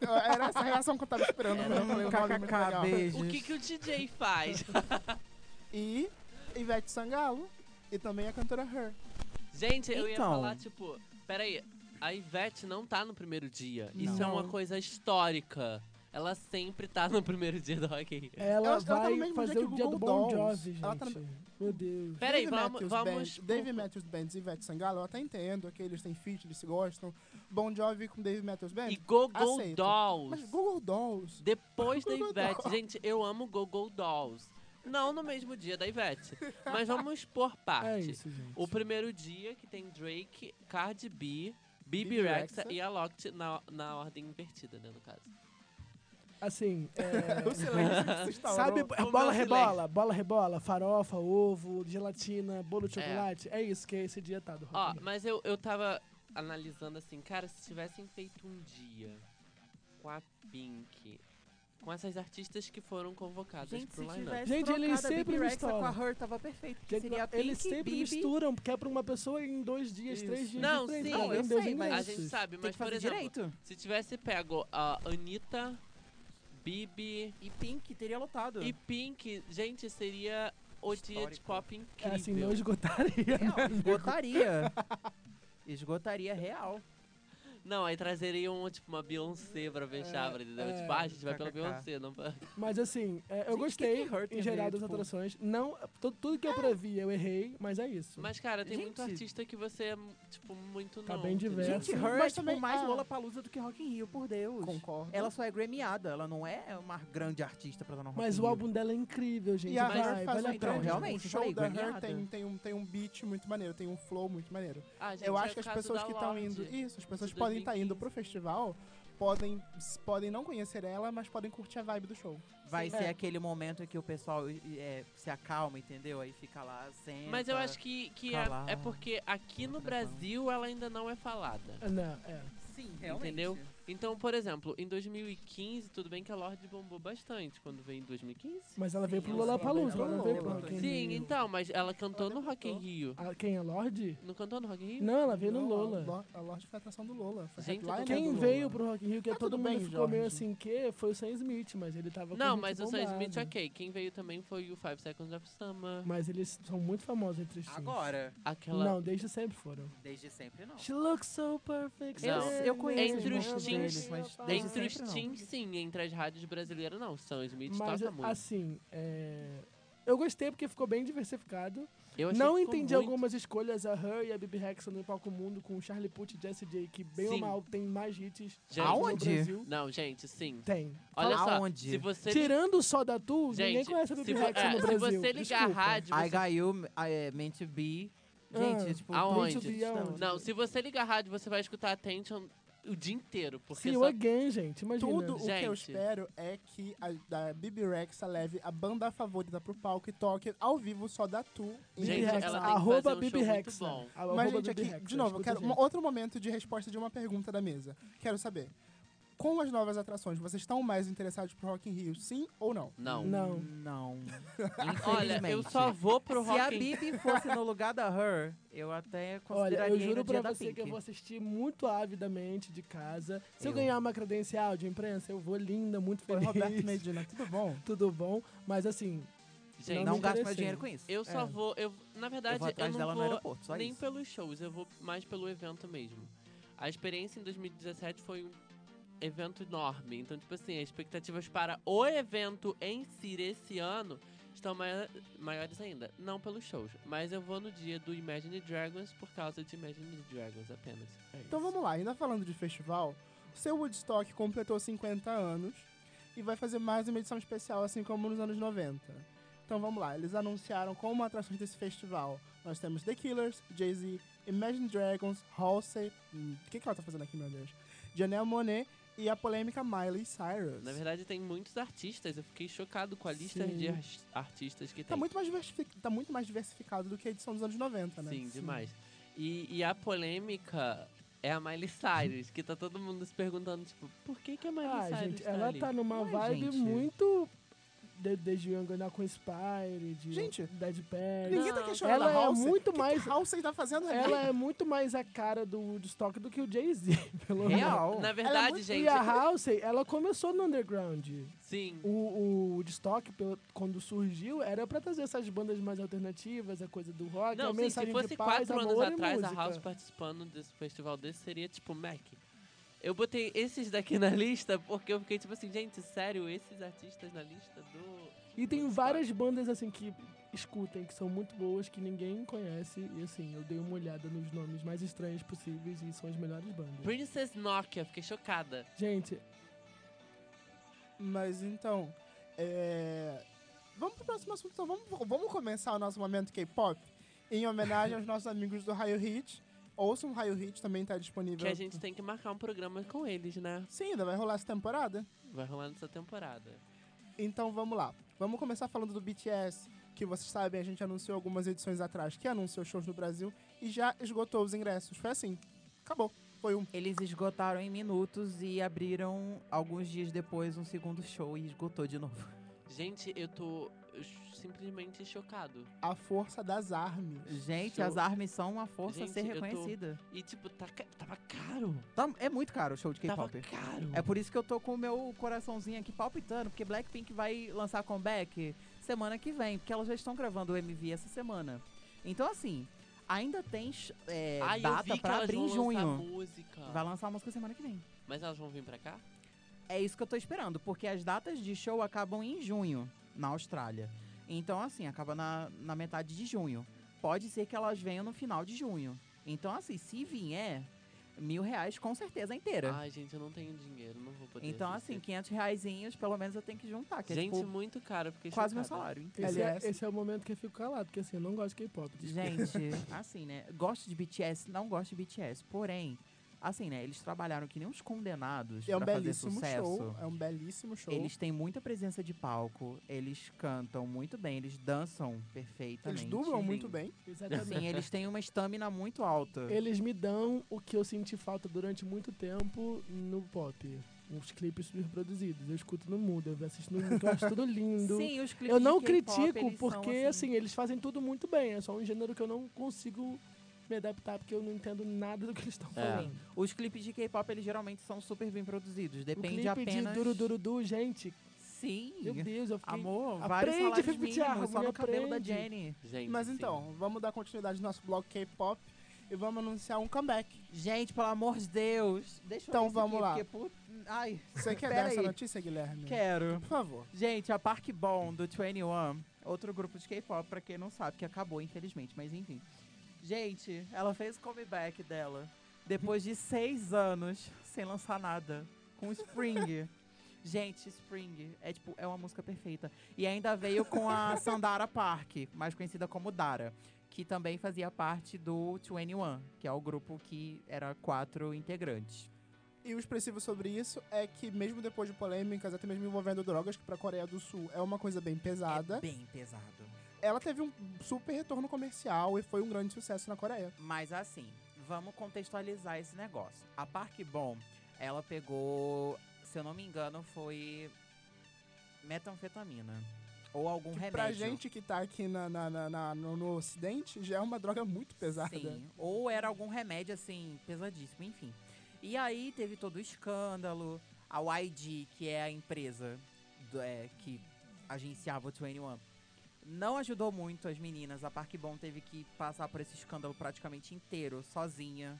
Era essa a reação que eu tava esperando. quando eu falei o nome muito legal.
KKK, beijos.
O que, que o DJ faz?
e Ivete Sangalo e também a cantora Her.
Gente, eu ia
Então.
falar, tipo, peraí, a Ivete não tá no primeiro dia. Isso é
Não.
uma coisa histórica. Ela sempre tá no primeiro dia do Rock in Rio.
Ela,
Ela- ela tá no
vai
mesmo
fazer
dia que
o
o
dia do
Google
Bon
Dolls.
Jovi, gente.
Ela tá
Meu Deus. É
Peraí,
Dave
vamos,
Matthews
vamos.
Band, Dave Matthews Band e Ivete Sangalo, eu até entendo que eles têm feat, eles se gostam. Bon Jovi com Dave Matthews Band.
E Go Go
Aceito. Mas
Dolls.
Google Dolls.
Depois da
Google
Ivete.
Dolls.
Gente, eu amo Go Go Dolls. Não no mesmo dia da Ivete. Mas vamos por
É
parte.
isso, gente.
o primeiro dia que tem Drake, Cardi B, Bibi
Bibi
Rexa
Rexha.
e a Locked na, na ordem invertida, né, no caso.
Assim,
o
é,
silêncio que se instaurou.
sabe
meu
um
bola
silêncio.
rebola, bola rebola, farofa, ovo, gelatina, bolo de
É.
chocolate? É, isso que é esse dia tá do Rock in
Ó,
Rio.
mas eu, eu tava analisando assim, cara, se tivessem feito um dia com a Pink, com essas artistas que foram convocadas
Gente, se
pro line
tivesse
Gente,
trocado
eles
a
sempre
Bibi Rexa com
misturam.
a Her, tava perfeito. que
Gente,
seria a
é Eles
Pink,
sempre
Bibi.
misturam, porque é pra uma pessoa em dois dias,
Isso.
três dias
Não,
diferentes.
sim,
Ela
eu
vendeu
sei,
os
mas
A
ingressos.
gente sabe,
Tem que
mas por
fazer
exemplo,
direito.
se tivesse pego a Anitta, Bibi
E Pink teria lotado.
e Pink, gente, seria o dia de
Histórico.
pop
É
incrível.
assim, não esgotaria.
Real, esgotaria. Esgotaria real.
Não, aí trazeriam tipo uma Beyoncé pra fechar,
É,
entendeu?
é,
tipo, ah, a gente vai pela
kkk.
Beyoncé, não pra-
Mas assim, é, eu
Gente,
gostei
que que Hurt tem
em
a
geral
ver,
das
tipo?
atrações. Não, tu- tudo
É.
que eu previ eu errei, mas é isso.
Mas cara, tem muito
Gente.
artista que você é tipo muito
Tá
não.
bem
entendeu?
diverso.
Gente,
Sim,
Her é
mas
tipo
também-
mais
ah.
Lola Palusa do que Rock in Rio, por Deus.
Concordo.
Ela só é gremiada, ela não é uma grande artista pra estar no Rock
Mas
in
o
Rio.
álbum dela é incrível, gente.
E a
vai,
Her faz
vale
um
a
então,
pena.
grande-
realmente,
o
eu
show
falei,
da Her
ganhada.
tem, tem, um, tem um beat muito maneiro, tem um flow muito maneiro.
Ah, gente,
Eu
é
acho
o
que as
caso
pessoas
da
que estão
Lorde.
indo. Isso, as pessoas
de
podem estar indo
2015.
pro festival, podem, podem não conhecer ela, mas podem curtir a vibe do show.
Vai
Sim.
ser
É.
aquele momento em que o pessoal é, se acalma, entendeu? Aí fica lá senta.
Mas eu acho que, que é,
calar,
é porque aqui no
outra mão.
Brasil ela ainda não é falada.
Não, é.
Sim, realmente.
Entendeu? Então, por exemplo, em 2015, tudo bem que a Lorde bombou bastante quando veio em 2015.
Mas ela veio pro
Sim, ela
Lollapalooza,
veio
ela não
pro
veio pro
Lola.
Rock in
Sim,
Rio.
então, mas ela cantou
Ela
no Rock in
debutou.
Rio.
Ah, Quem é Lorde?
Não cantou no Rock in Rio?
Não, ela veio no
Não,
Tá Lola.
A Lorde- a Lorde foi a atração do Lola. Foi
Gente,
headliner
Quem
do
veio
Lola.
pro Rock in Rio, que
Ah,
todo
tudo
mundo
bem,
ficou meio
Jorge.
assim, que foi o Sam Smith, mas ele tava com
Não,
gente
mas o Sam
bombada.
Smith, é ok. Quem veio também foi o Five Seconds of Summer.
Mas eles são muito famosos entre os
Agora,
Aquela.
Não, desde sempre foram.
desde sempre não.
She looks so perfect.
Não.
today.
Eu conheço
Entre os
músicas
teens-
deles, mas desde Ah.
Entre os
sempre não.
teens, sim. Entre as rádios brasileiras, não. Sam Smith
Mas,
toca muito.
assim, é, eu gostei porque ficou bem diversificado.
Eu achei
Não
que ficou
entendi
muito-
algumas escolhas, a Her e a Bibi Rexa no palco mundo com o Charlie Puth e Jessie J, que bem ou
Sim.
mal tem mais hits
Gente,
no
Aonde?
Brasil.
Não, gente, sim.
Tem.
Olha só,
Aonde?
se você...
Tirando só da Tu,
Gente,
ninguém conhece a
se
Bibi
vo-
Rexa
é,
no
se
Brasil.
você ligar
Desculpa.
a rádio...
I
você-
got you, I, é, meant to be. Gente,
Ah,
tipo,
aonde?
meant to be aonde?
Não, se você ligar a rádio, você vai escutar Attention o dia inteiro. Porque
See you
só...
again, é gente. Imagina.
Tudo o que
Gente.
eu espero é que a da Bibi Rexa leve a banda favorita pro palco e toque ao vivo só da Tu. em
Bibi
Gente,
Rexa.
Rexa.
ela tem que
Arroba
fazer um
Bibi
show muito
Rexa.
bom.
Arroba
Mas, gente,
Bibi
aqui,
Rexa,
de novo, eu
escuta,
quero
gente.
um outro momento de resposta de uma pergunta da mesa. Quero saber. com as novas atrações, vocês estão mais interessados pro Rock in Rio, sim ou não?
Não.
Não.
Não.
Olha, eu só vou pro
Se a
Rock in Rio.
Bibi fosse no lugar da Her, eu até
Olha,
consideraria
eu
ir
juro
no
pra
dia da
você que eu
Pink.
vou assistir muito avidamente de casa. Se eu,
Eu.
ganhar uma credencial de imprensa, eu vou linda, muito
Foi
feliz.
Roberto Medina, tudo bom?
Tudo bom, mas assim,
Gente,
Não
Não
me
gasto
interessei.
meu dinheiro com isso.
eu só
É.
vou. Eu, na verdade,
eu vou
eu,
atrás
não
dela no
vou
aeroporto, só
nem
isso.
pelos shows, eu vou mais pelo evento mesmo. A experiência em 2017 foi um evento enorme. Então, tipo assim, as expectativas para o evento em si esse ano estão mai- maiores ainda. Não pelos shows, mas eu vou no dia do Imagine Dragons por causa de Imagine Dragons apenas. É
Então
isso.
vamos lá, ainda falando de festival, o seu Woodstock completou 50 anos e vai fazer mais uma edição especial, assim como nos anos 90. Então vamos lá, eles anunciaram como atrações desse festival. Nós temos The Killers, Jay-Z, Imagine Dragons, Halsey, hum, o que, que ela tá fazendo aqui, meu Deus? Janelle Monet e a polêmica Miley Cyrus.
Na verdade, tem muitos artistas. Eu fiquei chocado com a lista
Sim.
de ar- artistas que tem.
Tá muito, mais diversific- tá muito mais diversificado do que a edição dos anos 90, né?
Sim, demais. E, e a polêmica é a Miley Cyrus, que tá todo mundo se perguntando, tipo, por que, que a Miley
ah,
Cyrus
gente,
tá
ela
ali?
tá numa
Ué,
vibe
gente.
muito de, de Young Now com Spire, de
Gente,
Dead Pad.
Ninguém tá
Não.
questionando
Ela
a
é
Halsey.
muito
O que
mais-
Que a Halsey tá fazendo ali?
Ela é muito mais a cara do Woodstock do que o Jay-Z, pelo menos.
Real.
Na
Ela é
verdade,
muito-
gente,
E a Halsey, ela começou no underground.
sim.
O, o Woodstock, pelo- quando surgiu, era pra trazer essas bandas mais alternativas, a coisa do rock, a
Não, sim,
mensagem
se fosse
é de paz,
quatro anos
amor e
atrás a
música.
House participando desse festival desse, seria tipo Mac. Eu botei esses daqui na lista porque eu fiquei tipo assim, gente, sério, esses artistas na lista do.
E tem
Woodstock.
várias bandas, assim, que escutem, que são muito boas, que ninguém conhece. E, assim, eu dei uma olhada nos nomes mais estranhos possíveis e são as melhores bandas.
Princess Nokia, fiquei chocada.
Gente,
Mas então, é... vamos pro próximo assunto. Então vamos, vamos começar o nosso momento K-pop em homenagem aos nossos amigos do Raio Hit. Ouçam o Raio Hit, também tá disponível.
Que a gente tem que marcar um programa com eles, né?
Sim, ainda vai rolar essa temporada.
Vai rolar nessa temporada.
Então vamos lá. Vamos começar falando do BTS, que vocês sabem, a gente anunciou algumas edições atrás que anunciou shows no Brasil e já esgotou os ingressos. Foi assim. Acabou. Foi um.
Eles esgotaram em minutos e abriram alguns dias depois um segundo show e esgotou de novo.
Gente, eu tô eu simplesmente chocado.
A força das armas.
Gente,
Show.
as armas são uma força a
Gente,
ser
eu tô-
reconhecida.
E, tipo, tá ca- tava caro.
Tá- é muito caro o show de
Tava
K-pop.
caro.
É por isso que eu tô com o meu coraçãozinho aqui palpitando, porque Blackpink vai lançar comeback semana que vem, porque elas já estão gravando o MV essa semana. Então, assim, ainda tem sh- é,
Ai, eu vi
data
que
pra
elas
abrir
vão
em junho.
lançar música.
Vai lançar a música semana que vem.
Mas elas vão vir pra cá?
É isso que eu tô esperando, porque as datas de show acabam em junho, na Austrália. Então, assim, acaba na, na metade de junho. Pode ser que elas venham no final de junho. Então, assim, se vier, mil reais com certeza inteira.
Ai, gente, eu não tenho dinheiro, não vou poder
então, assim,
assistir.
500 reaisinhos, pelo menos eu tenho que juntar, que
Gente, um
é tipo,
muito caro, porque
quase meu salário. inteiro.
esse é,
LS.
esse é o momento que eu fico calado, porque assim, eu não gosto de K-pop. desculpa.
Gente, assim, né? Gosto de BTS, não gosto de BTS. Porém, assim, né? Eles trabalharam que nem uns condenados
É um
pra fazer
belíssimo
sucesso.
show. É um belíssimo show.
Eles têm muita presença de palco, eles cantam muito bem, eles dançam perfeitamente.
Eles dublam muito
Sim.
bem.
Exatamente.
Sim, eles têm uma estamina muito alta.
Eles me dão o que eu senti falta durante muito tempo no pop. Uns clipes reproduzidos. Eu escuto no mudo, eu assisto no mudo, eu acho tudo lindo.
Sim, os clipes
um eu
de
não
K-pop,
critico
eles são,
porque, assim, eles fazem tudo muito bem. É só um gênero que eu não consigo me adaptar porque eu não entendo nada do que eles
É.
estão falando.
Os clipes de K-pop, eles geralmente são super bem produzidos. Depende
assim, o clipe
apenas.
de Duro Duro Du, gente,
Sim.
meu Deus, eu fiquei...
Amor,
Aprende,
vários salários
Felipe
mínimos,
Thiago,
só
me
no cabelo da
aprende.
Jenny.
Gente,
Mas
sim.
então, vamos dar continuidade no nosso bloco K-pop e vamos anunciar um comeback.
Gente, pelo amor de Deus. Deixa eu
Então
ver isso
vamos
aqui,
lá.
porque, put... Ai,
Você quer
Pera
dar essa
aí.
notícia, Guilherme?
quero.
Por favor.
Gente, a Park Bom do 21, outro grupo de K-pop, pra quem não sabe, que acabou, infelizmente, mas enfim. Gente, ela fez o comeback dela depois de seis anos sem lançar nada, com Spring. Gente, Spring é tipo, é uma música perfeita. E ainda veio com a Sandara Park, mais conhecida como Dara, que também fazia parte do 21, que é o grupo que era quatro integrantes.
E o expressivo sobre isso é que, mesmo depois de polêmicas, até mesmo envolvendo drogas, que pra Coreia do Sul é uma coisa bem pesada,
É bem pesado.
ela teve um super retorno comercial e foi um grande sucesso na Coreia.
Mas assim, vamos contextualizar esse negócio. A Park Bom, Ela pegou, se eu não me engano, foi metanfetamina. Ou algum
Que
Um remédio.
pra gente que tá aqui na, na- na- na- no, no ocidente, já é uma droga muito pesada.
Sim. Ou era algum remédio, assim, pesadíssimo, enfim. E aí teve todo o escândalo. A YG, que é a empresa do- é, que agenciava o 21, não ajudou muito as meninas. A Park Bom teve que passar por esse escândalo praticamente inteiro, sozinha.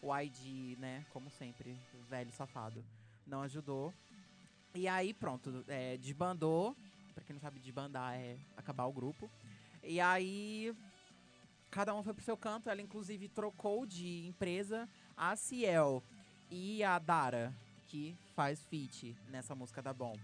O YG, né, como sempre, velho safado, não ajudou. E aí, pronto, é, desbandou. Pra quem não sabe, desbandar é acabar o grupo. E aí, cada um foi pro seu canto. Ela, inclusive, trocou de empresa a Ciel e a Dara, que faz feat nessa música da Bom.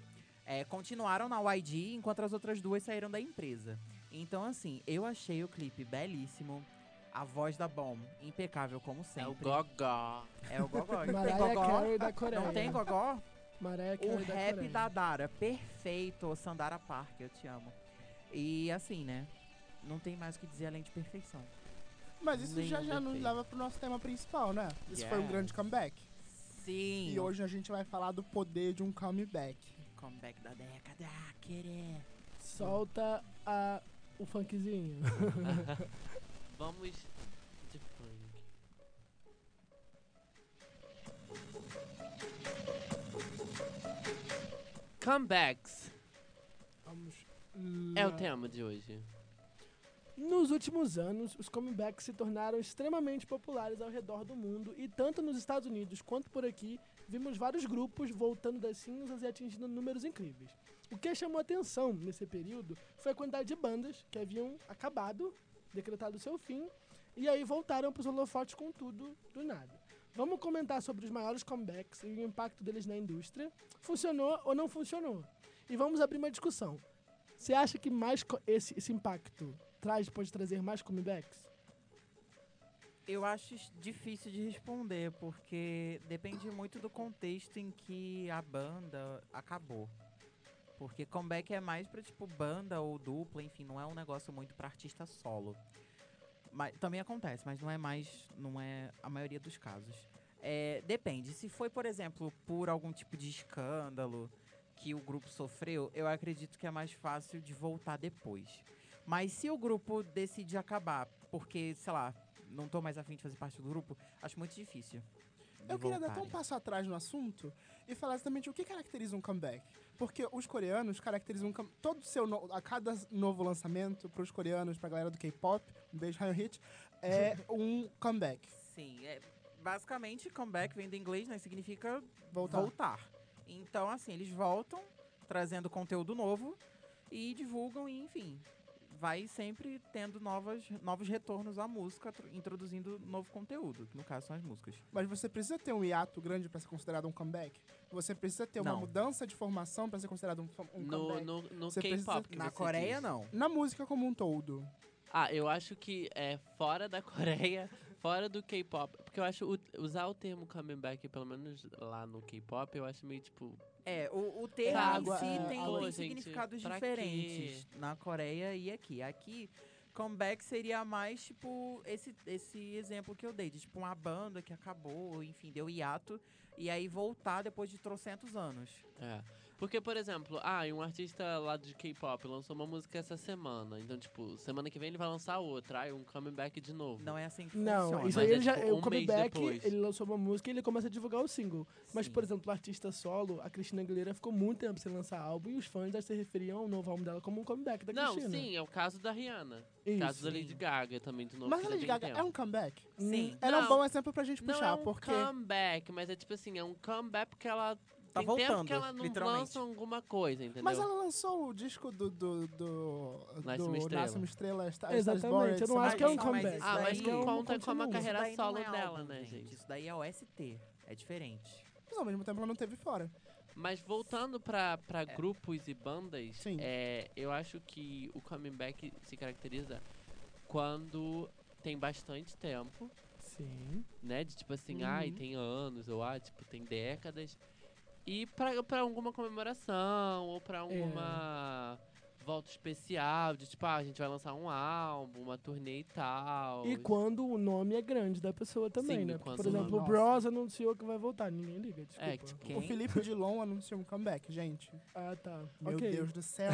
É, continuaram na YG, enquanto as outras duas saíram da empresa. Então, assim, eu achei o clipe belíssimo. A voz da Bom, impecável como
É
sempre.
o gogó.
É o gogó. Não tem
Mariah
gogó.
Carey da Coreia.
Não tem gogó?
Mariah Carey
O
da
rap
Coreia.
da Dara, perfeito, Sandara Park, eu te amo. E assim, né? Não tem mais o que dizer além de perfeição.
Mas isso já,
Nenhum
já nos
defeito.
leva pro nosso tema principal, né? Isso foi um
Yes.
grande comeback.
Sim.
E hoje a gente vai falar do poder de um comeback.
Comeback da década, querer.
Solta a, o funkzinho.
Vamos de funk. Comebacks
Vamos.
é o tema de hoje.
Nos últimos anos, os comebacks se tornaram extremamente populares ao redor do mundo e tanto nos Estados Unidos quanto por aqui, vimos vários grupos voltando das cinzas e atingindo números incríveis. O que chamou atenção nesse período foi a quantidade de bandas que haviam acabado, decretado seu fim, e aí voltaram para os holofotes com tudo do nada. Vamos comentar sobre os maiores comebacks e o impacto deles na indústria. Funcionou ou não funcionou? E vamos abrir uma discussão. Você acha que mais co- esse, esse impacto traz, pode trazer mais comebacks?
Eu acho es- difícil de responder, porque depende muito do contexto em que a banda acabou. Porque comeback é mais pra, tipo, banda ou dupla, enfim, não é um negócio muito pra artista solo. Mas, também acontece, mas não é mais. não é a maioria dos casos. É, depende. Se foi, por exemplo, por algum tipo de escândalo que o grupo sofreu, eu acredito que é mais fácil de voltar depois. Mas se o grupo decide acabar, porque, sei lá, não tô mais afim de fazer parte do grupo, acho muito difícil. de
Eu queria dar até um
voltarem.
passo atrás no assunto e falar exatamente o que caracteriza um comeback. Porque os coreanos caracterizam um come- todo o seu no- a cada novo lançamento para os coreanos, para a galera do K-pop, um beijo Ryan Hit, é um comeback.
Sim, é, basicamente comeback vem do inglês, né? Significa
Voltar.
voltar. Então, assim, eles voltam trazendo conteúdo novo e divulgam, e, enfim. Vai sempre tendo novas, novos retornos à música, tr- introduzindo novo conteúdo, que no caso são as músicas.
Mas você precisa ter um hiato grande para ser considerado um comeback. Você precisa ter uma
Não.
mudança de formação para ser considerado um, fo- um
no
comeback.
no, no
Você precisa-
K-pop. que
Na
você
Coreia,
diz.
não.
Na música como um todo.
Ah, eu acho que é fora da Coreia, fora do K-pop. Porque eu acho o- usar o termo comeback, pelo menos lá no K-pop, eu acho meio tipo.
É, o, o termo
água,
em si
é,
tem,
água,
tem
gente,
significados
pra
diferentes na Coreia e aqui. Aqui, comeback seria mais tipo esse, esse exemplo que eu dei, de tipo uma banda que acabou, enfim, deu hiato, e aí voltar depois de trocentos anos.
É. Porque, por exemplo, ah, um artista lá de K-pop lançou uma música essa semana. Então, tipo, semana que vem ele vai lançar outra. Aí um comeback de novo.
Não é assim que
Não,
funciona.
isso
Mas
aí
é
ele já.
tipo
o
um mês
comeback,
depois.
ele lançou uma música e ele começa a divulgar o single. Mas,
Sim.
por exemplo, o artista solo, a Cristina Aguilera ficou muito tempo sem lançar álbum e os fãs já se referiam ao novo álbum dela como um comeback da
Não,
Cristina.
sim, é o caso da Rihanna.
Isso.
caso da Lady Gaga também, de novo.
Mas
que
a
já
Lady
tem
Gaga
tempo.
é um comeback.
Hum.
Sim.
Ela é um
Não,
bom exemplo pra gente
Não
puxar,
é um
porque
comeback, mas é tipo assim, é um comeback porque ela
Tá
tem tempo
voltando,
que ela não
literalmente.
lança alguma coisa, entendeu?
Mas ela lançou o disco do. do, do
Nasce
do
uma estrela.
Nasce uma Estrela, Star- Star
Exatamente,
Born,
eu não acho
semana
que é um
passada.
comeback.
Ah, mas
Isso
não
aí
conta
não
como a
continua.
carreira- Era
Isso daí
solo
não é
dela,
álbum,
né, gente?
Isso daí é OST, é diferente.
Mas ao mesmo tempo ela não teve fora.
Mas voltando pra pra grupos e bandas,
Sim.
é, eu acho que o comeback se caracteriza quando tem bastante tempo,
Sim.
né? De tipo assim,
Uhum.
ai, tem anos, ou ah, tipo, tem décadas. E pra, pra alguma comemoração, ou pra alguma volta especial, de tipo, ah, a gente vai lançar um álbum, uma turnê e tal.
E quando o nome é grande da pessoa também,
Sim,
né?
e quando
Por
o
exemplo,
nome-
o Bros anunciou que vai voltar. Ninguém liga, desculpa.
É, tipo,
O
quem?
Felipe Dilon anunciou um comeback, gente.
Ah, tá.
Meu
ok.
Deus do céu.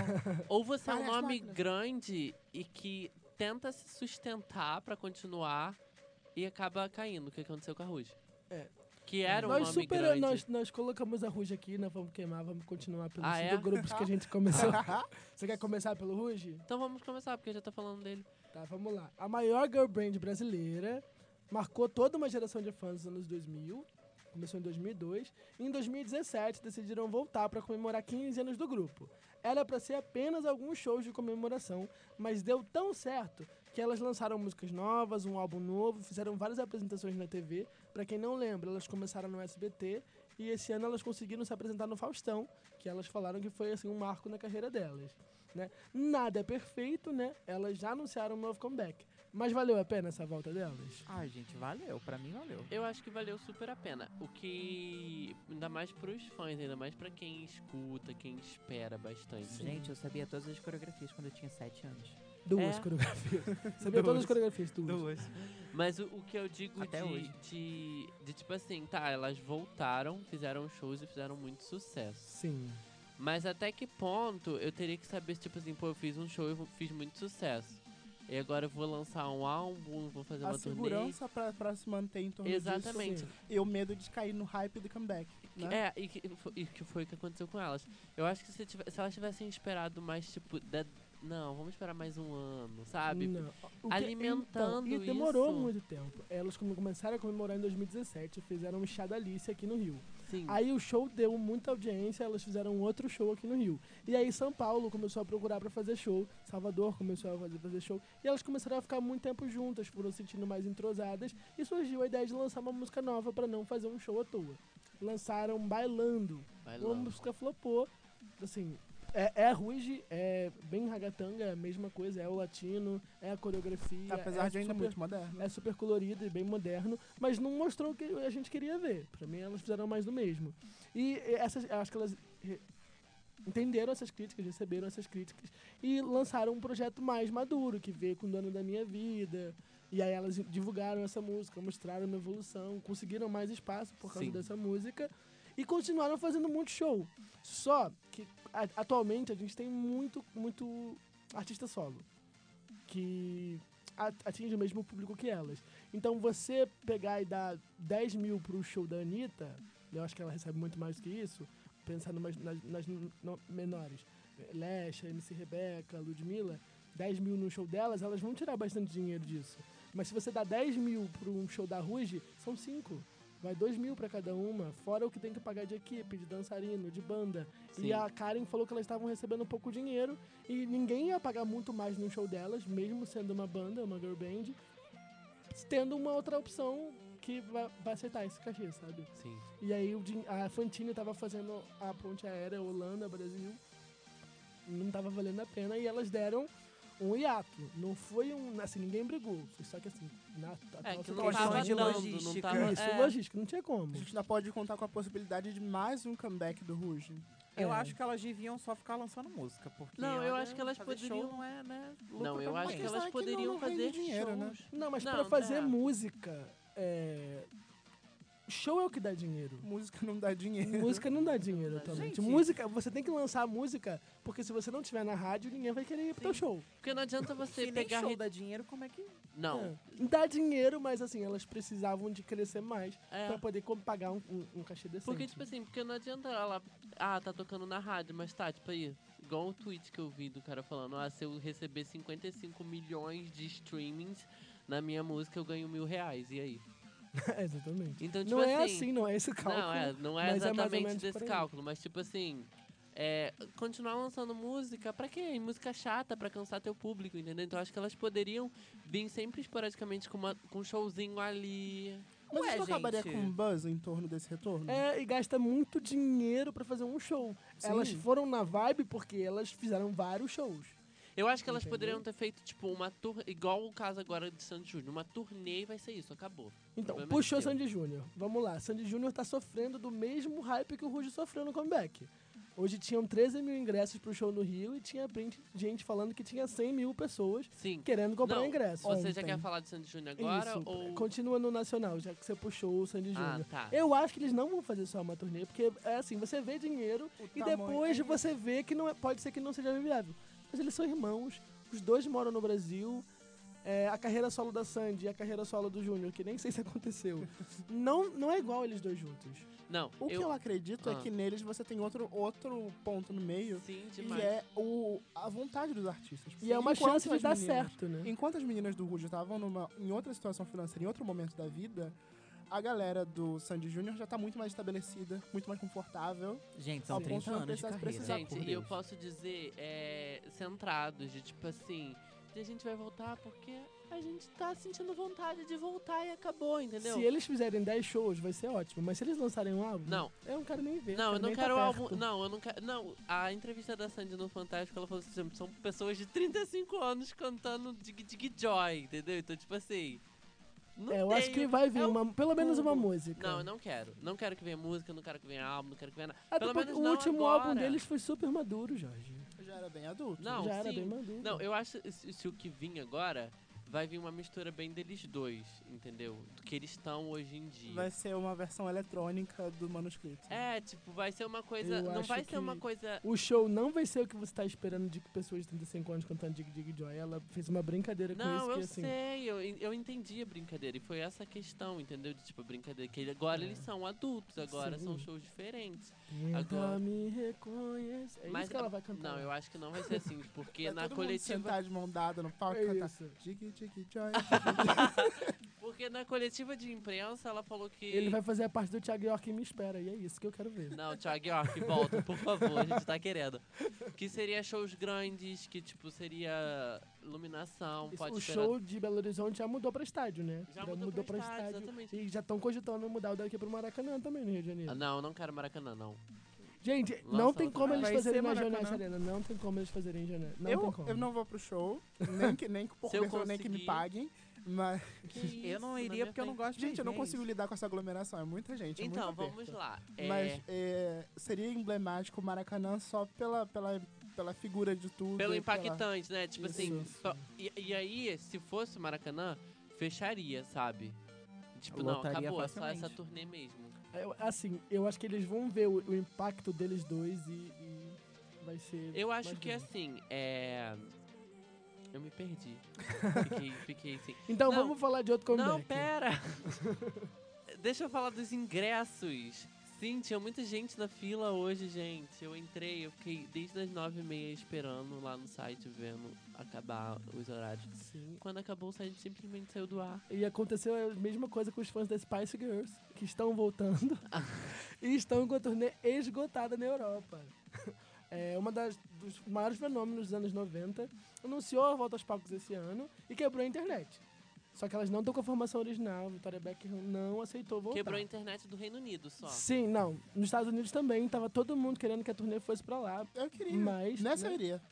Ou você é um
Várias
nome
máquinas.
grande e que tenta se sustentar pra continuar e acaba caindo, o que aconteceu com a Ruge.
É.
Que era um
nós
nome grande.
Nós, nós colocamos a Ruge aqui, nós vamos queimar, vamos continuar pelo
Ah, é?
do grupos que a gente começou. Você quer começar pelo Ruge?
Então vamos começar, porque já tá falando dele.
Tá, vamos lá. A maior girl band brasileira marcou toda uma geração de fãs nos anos 2000. Começou em 2002. E em 2017 decidiram voltar para comemorar 15 anos do grupo. Era para ser apenas alguns shows de comemoração, mas deu tão certo que elas lançaram músicas novas, um álbum novo, fizeram várias apresentações na TV. Para quem não lembra, elas começaram no SBT e esse ano elas conseguiram se apresentar no Faustão, que elas falaram que foi assim um marco na carreira delas né? Nada é perfeito, né? Elas já anunciaram um novo comeback. Mas valeu a pena essa volta delas?
Ai, gente, valeu. Pra mim, valeu.
Eu acho que valeu super a pena. O que. Ainda mais pros fãs, ainda mais pra quem escuta, quem espera bastante.
Gente, eu sabia todas as coreografias quando eu tinha 7 anos.
Duas
É.
coreografias. Sabia todas
Duas.
as coreografias, duas.
Mas o, o que eu digo
Até
de,
hoje.
de. De tipo assim, tá, elas voltaram, fizeram shows e fizeram muito sucesso.
Sim.
Mas até que ponto eu teria que saber, tipo assim, pô, eu fiz um show e eu fiz muito sucesso. E agora eu vou lançar um álbum, vou fazer
A
uma turnê.
segurança pra, pra se manter em torno disso.
Exatamente.
Sim.
E o medo de cair no hype do comeback. Né?
É, e que, fo- e que foi o que aconteceu com elas. Eu acho que se, tive- se elas tivessem esperado mais, tipo, da- não, vamos esperar mais um ano, sabe?
Não. O que- é, então,
alimentando
e demorou
isso.
muito tempo. Elas come- começaram a comemorar em 2017, fizeram um chá da Alice aqui no Rio.
Sim.
Aí o show deu muita audiência, elas fizeram um outro show aqui no Rio. E aí São Paulo começou a procurar pra fazer show, Salvador começou a fazer, fazer show, e elas começaram a ficar muito tempo juntas, foram se sentindo mais entrosadas, e surgiu a ideia de lançar uma música nova pra não fazer um show à toa. Lançaram Bailando,
Vai
uma
lá.
música flopou, assim, é, é Ruge, é bem ragatanga, é a mesma coisa, é o latino, é a coreografia.
Apesar
é
de ainda
super-
muito moderno.
é super colorido e bem moderno, mas não mostrou o que a gente queria ver. Pra mim, elas fizeram mais do mesmo. E eh, essas, eu acho que elas re- entenderam essas críticas, receberam essas críticas e lançaram um projeto mais maduro, que veio com o dono da minha vida. E aí elas divulgaram essa música, mostraram uma evolução, conseguiram mais espaço por causa
Sim.
dessa música e continuaram fazendo muito show. Só que a- atualmente a gente tem muito, muito artista solo que a- atinge o mesmo público que elas. Então você pegar e dar 10 mil pro show da Anitta, eu acho que ela recebe muito mais do que isso, pensando nas, nas, nas n- no- menores. Lesha, MC Rebeca, Ludmilla, 10 mil no show delas, elas vão tirar bastante dinheiro disso. Mas se você dá 10 mil para um show da Ruge, são 5. Vai 2 mil para cada uma, fora o que tem que pagar de equipe, de dançarino, de banda.
Sim.
E a Karen falou que elas estavam recebendo pouco dinheiro e ninguém ia pagar muito mais no show delas, mesmo sendo uma banda, uma girl band, tendo uma outra opção que vai, vai aceitar esse cachê, sabe?
Sim.
E aí o din- a Fantine tava fazendo a ponte aérea Holanda-Brasil. Não tava valendo a pena e elas deram um hiato. Não foi um. Assim, ninguém brigou. Foi só que assim, na
É
atual
que não
situação-
tava
de
dando, não
logística.
tava...
Isso,
é.
logística, não tinha como.
A gente ainda pode contar com a possibilidade de mais um comeback do Ruge.
Eu
É.
acho que elas deviam só ficar lançando música, porque.
Não, eu
olha,
acho que elas
fazer
poderiam-
Show não é, né? lucro
Não,
pra
eu acho
ninguém.
que
Mas é
elas
que não-
poderiam
não rende
fazer
dinheiro, né?
shows.
Não, mas
Não,
pra fazer
é.
música, é, show é o que dá dinheiro.
Música não dá dinheiro.
Música não dá dinheiro atualmente.
Gente.
Música, você tem que lançar música, porque se você não tiver na rádio, ninguém vai querer ir pro teu show.
Porque não adianta
Se
você
nem
pegar...
show
re-
dá dinheiro, como é que.
Não.
É. Dá dinheiro, mas assim, elas precisavam de crescer mais
É.
pra poder co- pagar um, um, um cachê decente.
Porque, tipo assim, porque não adianta ela... Ah, tá tocando na rádio, mas tá, tipo aí... Igual o tweet que eu vi do cara falando, ah, se eu receber 55 milhões de streamings na minha música, eu ganho mil reais, e aí?
É, Exatamente.
Então, tipo
não
assim...
é assim, não é esse cálculo.
Não, é, não é
mas é mais ou
exatamente
menos por
desse
aí.
cálculo, mas tipo assim, é, continuar lançando música, pra quê? Música chata, pra cansar teu público, entendeu? Então acho que elas poderiam vir sempre esporadicamente com, uma, com um showzinho ali.
Mas
Ué,
isso não acabaria
gente.
com um buzz em torno desse retorno?
É, e gasta muito dinheiro pra fazer um show.
Sim.
Elas foram na vibe porque elas fizeram vários shows.
Eu acho que elas
Entendeu?
poderiam ter feito, tipo, uma turnê, igual o caso agora de Sandy Júnior, uma turnê e vai ser isso, acabou.
Então,
Problema
puxou
é teu.
Sandy Júnior. Vamos lá. Sandy Júnior tá sofrendo do mesmo hype que o Ruge sofreu no comeback. Hoje tinham 13 mil ingressos pro show no Rio e tinha print- gente falando que tinha 100 mil pessoas
Sim.
querendo comprar
Não,
ingresso.
Você já
Ontem.
quer falar de Sandy Júnior agora?
Isso,
ou...
continua no Nacional, já que você puxou o Sandy
Ah,
Júnior.
tá.
Eu acho que eles não vão fazer só uma turnê, porque é assim, você vê dinheiro
O
e
tamanho-
depois você vê que não é- pode ser que não seja viável. Mas eles são irmãos, os dois moram no Brasil. é, a carreira solo da Sandy e a carreira solo do Júnior, que nem sei se aconteceu. não, não é igual eles dois juntos.
Não,
O que eu acredito
Ah.
é que neles você tem outro, outro ponto no meio,
Sim,
que
demais.
é o, a vontade dos artistas.
E é uma
Enquanto
chance de
as
dar
meninas-
certo, né?
Enquanto as meninas do Rude estavam numa- em outra situação financeira, em outro momento da vida, a galera do Sandy Júnior já tá muito mais estabelecida, muito mais confortável.
Gente, são
Ao ponto
30
de não
anos de
precisar se
carreira.
precisar,
Gente,
por
e eu
Deus.
posso dizer, é, centrados, de tipo assim, a gente vai voltar porque a gente tá sentindo vontade de voltar e acabou, entendeu?
Se eles fizerem 10 shows, vai ser ótimo. Mas se eles lançarem um álbum,
Não.
eu não quero nem ver.
Não, eu não
nem
quero um
tá
álbum.
perto.
Não, eu não quero. Não, a entrevista da Sandy no Fantástico, ela falou assim: são pessoas de 35 anos cantando Dig Dig Joy, entendeu? Então, tipo assim. Não
É, eu acho que
tenho-
vai vir
é um
uma- pelo menos uma
cúmulo.
música.
Não, eu não quero. Não quero que venha música, não quero que venha álbum, não quero que venha nada.
Até
Pelo
Ah, tá, porque
menos
o
não
último
agora.
álbum deles foi super maduro, Jorge.
Já era bem adulto.
Não,
Já era
sim.
bem maduro.
Não, eu acho que se, se o que vinha agora vai vir uma mistura bem deles dois, entendeu? Do que eles estão hoje em dia.
Vai ser uma versão eletrônica do manuscrito.
É, tipo, vai ser uma coisa.
Eu
não
acho
vai ser uma
que-
coisa.
O show não vai ser o que você tá esperando de pessoas de 35 anos cantando Dig Dig Joy. Ela fez uma brincadeira com isso
Não,
que
eu
assim.
sei, eu, en- eu entendi a brincadeira. E foi essa a questão, entendeu? De tipo, a brincadeira. Que ele- agora
É.
eles são adultos, agora
Sim.
são shows diferentes.
Agora
Agora-
me reconhece. É
Mas
isso que ela vai cantar.
Não, eu acho que não vai ser assim, porque
Vai
na
todo mundo
coletiva.
sentar de mão dada no palco e
é
cantar.
isso.
Jiggy, jiggy, joy.
Porque na coletiva de imprensa ela falou que.
Ele vai fazer a parte do Thiago York e me espera. E é isso que eu quero ver.
Não, Thiago York, volta, por favor, a gente tá querendo. Que seria shows grandes, que tipo, seria iluminação,
Isso,
pode
o
esperar-
show de Belo Horizonte já mudou pra estádio, né?
Já mudou, pra
pra
estádio, exatamente.
E já estão cogitando mudar o daqui pro Maracanã também, no Rio de Janeiro.
Ah, não, não quero Maracanã, não.
Gente,
Ah, Lança
não tem
outra
como
vez.
eles
Vai
fazerem
ser
na
Maracanã.
Janessa Arena. Não tem como eles fazerem em Janessa. Não tem
eu,
como.
eu não vou pro show, nem que, nem que por
Se eu
cobertura, nem que me
conseguir.
paguem. Mas,
Eu não iria porque eu não gosto de
gente, eu não
é
inglês.
consigo lidar com essa aglomeração, é muita gente. é muito
Então,
aperto.
vamos lá. É,
Mas é, seria emblemático o Maracanã só pela, pela, pela figura de tudo.
pelo
e pela-
impactante, né? Tipo
Isso,
assim,
isso.
só- e, e aí, se fosse o Maracanã, fecharia, sabe? Tipo, não,
Lotaria
acabou, é só
facilmente.
essa turnê mesmo.
Eu- assim, eu acho que eles vão ver o, o impacto deles dois e, e vai ser.
Eu acho
mais
que
grande.
assim, é. Eu me perdi. Fiquei, fiquei assim.
Então
Não.
vamos falar de outro
é
comeback.
Não, pera! Deixa eu falar dos ingressos. Sim, tinha muita gente na fila hoje, gente. Eu entrei, eu fiquei desde as nove e meia esperando lá no site, vendo acabar os horários.
Sim.
Quando acabou o site, simplesmente saiu do ar.
E aconteceu a mesma coisa com os fãs da Spice Girls, que estão voltando e estão com a turnê esgotada na Europa. É uma das dos maiores fenômenos dos anos 90, anunciou a volta aos palcos esse ano e quebrou a internet. Só que elas não estão com a formação original, Victoria Beckham não aceitou voltar.
Quebrou a internet do Reino Unido só.
Sim, não. Nos Estados Unidos também, tava todo mundo querendo que a turnê fosse pra lá.
Eu queria.
Mas,
Nessa
né?
eu iria.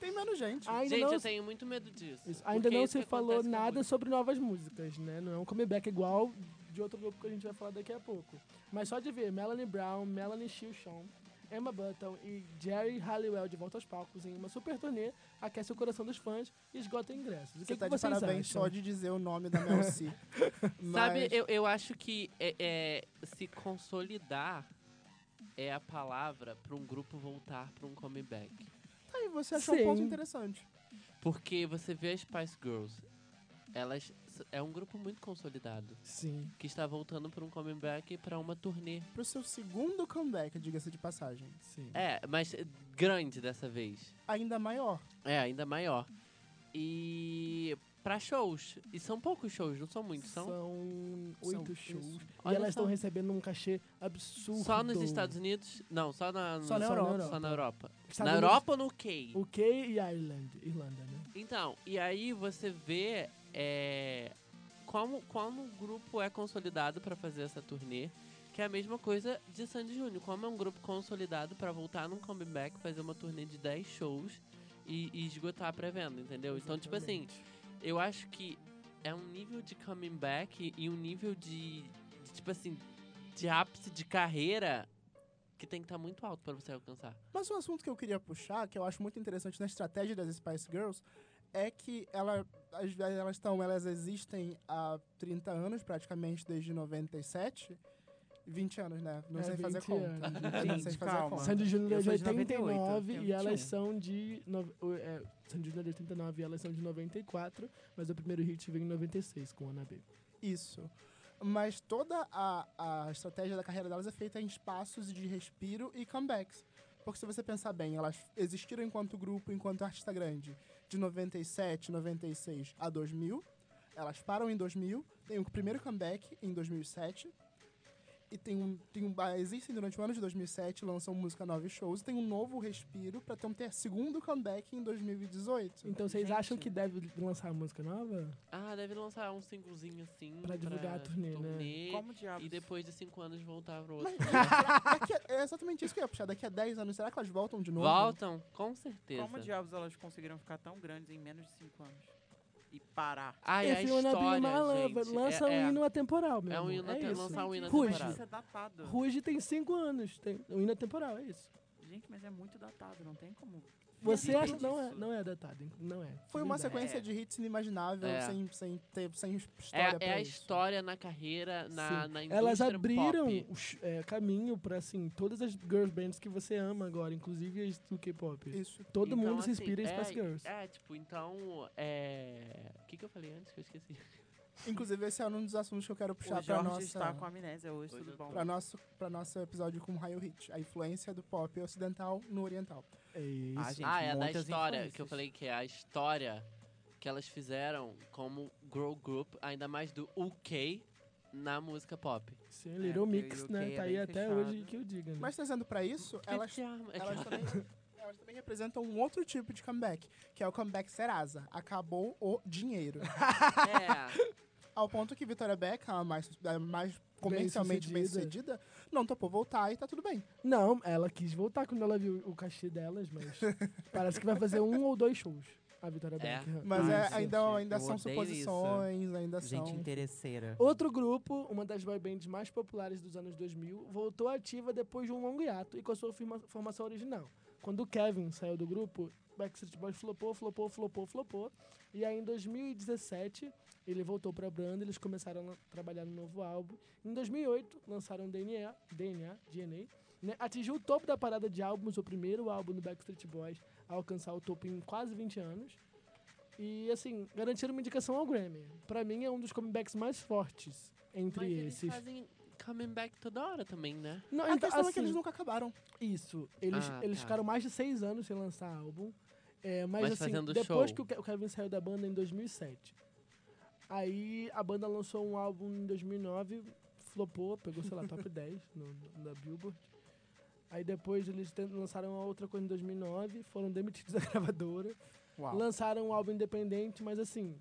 Tem menos gente.
Ainda
gente,
não,
eu tenho muito medo disso.
isso, ainda
porque é
não
isso
se
que
falou
acontece com a
nada
música.
sobre novas músicas, né? Não é um comeback igual de outro grupo que a gente vai falar daqui a pouco. Mas só de ver Melanie Brown, Melanie Chilchon, Emma Button e Jerry Halliwell de volta aos palcos em uma super turnê aquece o coração dos fãs e esgota ingressos. O que,
Você
que
tá de
vocês
parabéns
acham?
só de dizer o nome da Mel C. Mas-
Sabe, eu, eu acho que é, é, se consolidar é a palavra pra um grupo voltar pra um comeback.
Tá aí, você achou
Sim.
um ponto interessante.
Porque você vê as Spice Girls, elas s- é um grupo muito consolidado
Sim.
que está voltando para um comeback e para uma turnê.
Pro seu segundo comeback, diga-se de passagem.
Sim.
É, mas eh, grande dessa vez.
Ainda maior.
É, ainda maior. E para shows, e são poucos shows, não são muitos, são,
São
São-
oito shows.
isso.
E
Olha
elas
só.
estão recebendo um cachê absurdo.
só nos Estados Unidos, não, só na
Só na
só
Europa.
só na Europa.
Estados
na
Unidos-
Europa ou no UK?
O que e a Irlanda, Irlanda, né?
Então, e aí você vê é, como, como o grupo é consolidado pra fazer essa turnê, que é a mesma coisa de Sandy Júnior. Como é um grupo consolidado pra voltar num comeback, fazer uma turnê de 10 shows e, e esgotar a pré-venda, entendeu? Então, tipo assim, eu acho que é um nível de coming back e um nível de, de, tipo assim, de ápice de carreira que tem que estar muito alto pra você alcançar.
Mas um assunto que eu queria puxar, que eu acho muito interessante na estratégia das Spice Girls, é que ela, as- elas estão, elas existem há 30 anos, praticamente desde 97. 20 anos, né? Não
É,
sei fazer
20
conta.
anos.
Eu não sei
Gente,
fazer
calma.
conta.
Sandy Júnior é
Eu
de
sou de
89
98,
e
eu
elas
tinha.
são de. nove- o- É, Sandy Júnior é de 89 e elas são de 94, mas o primeiro hit veio em 96 com Ana B.
Isso. Mas toda a, a estratégia da carreira delas é feita em espaços de respiro e comebacks. Porque se você pensar bem, elas existiram enquanto grupo, enquanto artista grande, de 97, 96 a 2000. Elas param em 2000, tem o primeiro comeback em 2007. E tem um, tem um, ah, existem durante o ano de 2007, lançam música nova e shows, e tem um novo respiro para ter um ter segundo comeback em 2018.
Então vocês
Gente.
acham que deve lançar música nova?
Ah, deve lançar um singlezinho assim.
Pra divulgar a turnê, né?
turnê,
Como diabos?
E depois de cinco anos voltar pro outro.
Mas, Então, daqui a- é exatamente isso que eu ia puxar. Daqui a 10 anos, será que elas voltam de novo?
Voltam? Com certeza.
Como diabos elas conseguiram ficar tão grandes em menos de 5 anos? E parar.
Ai, a
If you wanna be
história,
my lover,
gente.
lança
é,
um hino atemporal, meu
é um
amor,
hino
é
atem-
isso.
lançar um hino
Ruge.
atemporal.
Isso é datado.
Ruge tem 5 anos, tem um hino atemporal, é isso.
Gente, mas é muito datado, não tem como.
Você
viver
acha. Não é,
disso.
não é datado, hein? não é.
Foi uma
Verdade.
sequência
É.
de hits inimaginável,
É.
sem, sem, ter, sem
É,
história pra
é a
isso.
história na carreira, na,
Sim.
na indústria
Elas abriram
pop.
o ch- é, caminho pra, assim, todas as girls bands que você ama agora, inclusive as do K-pop.
Isso.
Todo
Então,
mundo se
assim,
inspira em
é,
Spice Girls.
É, tipo, então... É... O que, que eu falei antes que eu esqueci?
Inclusive, esse é um dos assuntos que eu quero
O
puxar pra
Jorge
nossa...
está com amnésia hoje,
Hoje
tudo
eu
bom.
Pra nosso, pra nosso episódio com Raio Hit, a influência do pop ocidental no oriental.
É isso.
Ah, gente,
ah, é a da
muitas
história, que eu
influências.
falei que é a história que elas fizeram como girl group, ainda mais do UK na música pop.
Sim, Little
porque
Mix,
o UK
né?
é
Tá aí
bem
até
fechado.
hoje que eu diga, né?
Mas trazendo pra isso, elas,
É Que arma-
elas, também, elas também representam um outro tipo de comeback, que é o comeback Serasa. Acabou o dinheiro.
É,
Ao ponto que Vitória Beckham, a mais, a mais comercialmente
Bem-sucedida.
bem-sucedida, não topou voltar e tá tudo bem.
Não, ela quis voltar quando ela viu o cachê delas, mas parece que vai fazer um ou dois shows. A Vitória
É.
Beckham.
Mas
Ai,
é,
gente,
ainda, ainda
eu
são
odeio isso.
suposições, ainda
Gente
são...
interesseira.
Outro grupo, uma das boy bands mais populares dos anos 2000, voltou ativa depois de um longo hiato e com a sua firma- formação original. Quando o Kevin saiu do grupo, Backstreet Boys flopou, flopou, flopou, flopou. E aí em 2017, ele voltou pra banda, eles começaram a lan- trabalhar no novo álbum. Em 2008, lançaram DNA, DNA, DNA, né? atingiu o topo da parada de álbuns, o primeiro álbum do Backstreet Boys a alcançar o topo em quase 20 anos. E, assim, garantiram uma indicação ao Grammy. Pra mim, é um dos comebacks mais fortes entre
mas eles
esses.
fazem coming back toda hora também, né?
Não,
A
então,
questão é
assim,
que eles nunca acabaram.
Isso. Eles,
Ah,
eles
tá.
ficaram mais de seis anos sem lançar álbum. É, mas,
Mas
assim,
fazendo
depois
show.
que o Ke- o Kevin saiu da banda em 2007. Aí a banda lançou um álbum em 2009, flopou, pegou, sei lá, top 10 no, no- na Billboard. Aí depois eles ten- lançaram outra coisa em 2009, foram demitidos da gravadora. Lançaram um álbum independente, mas assim,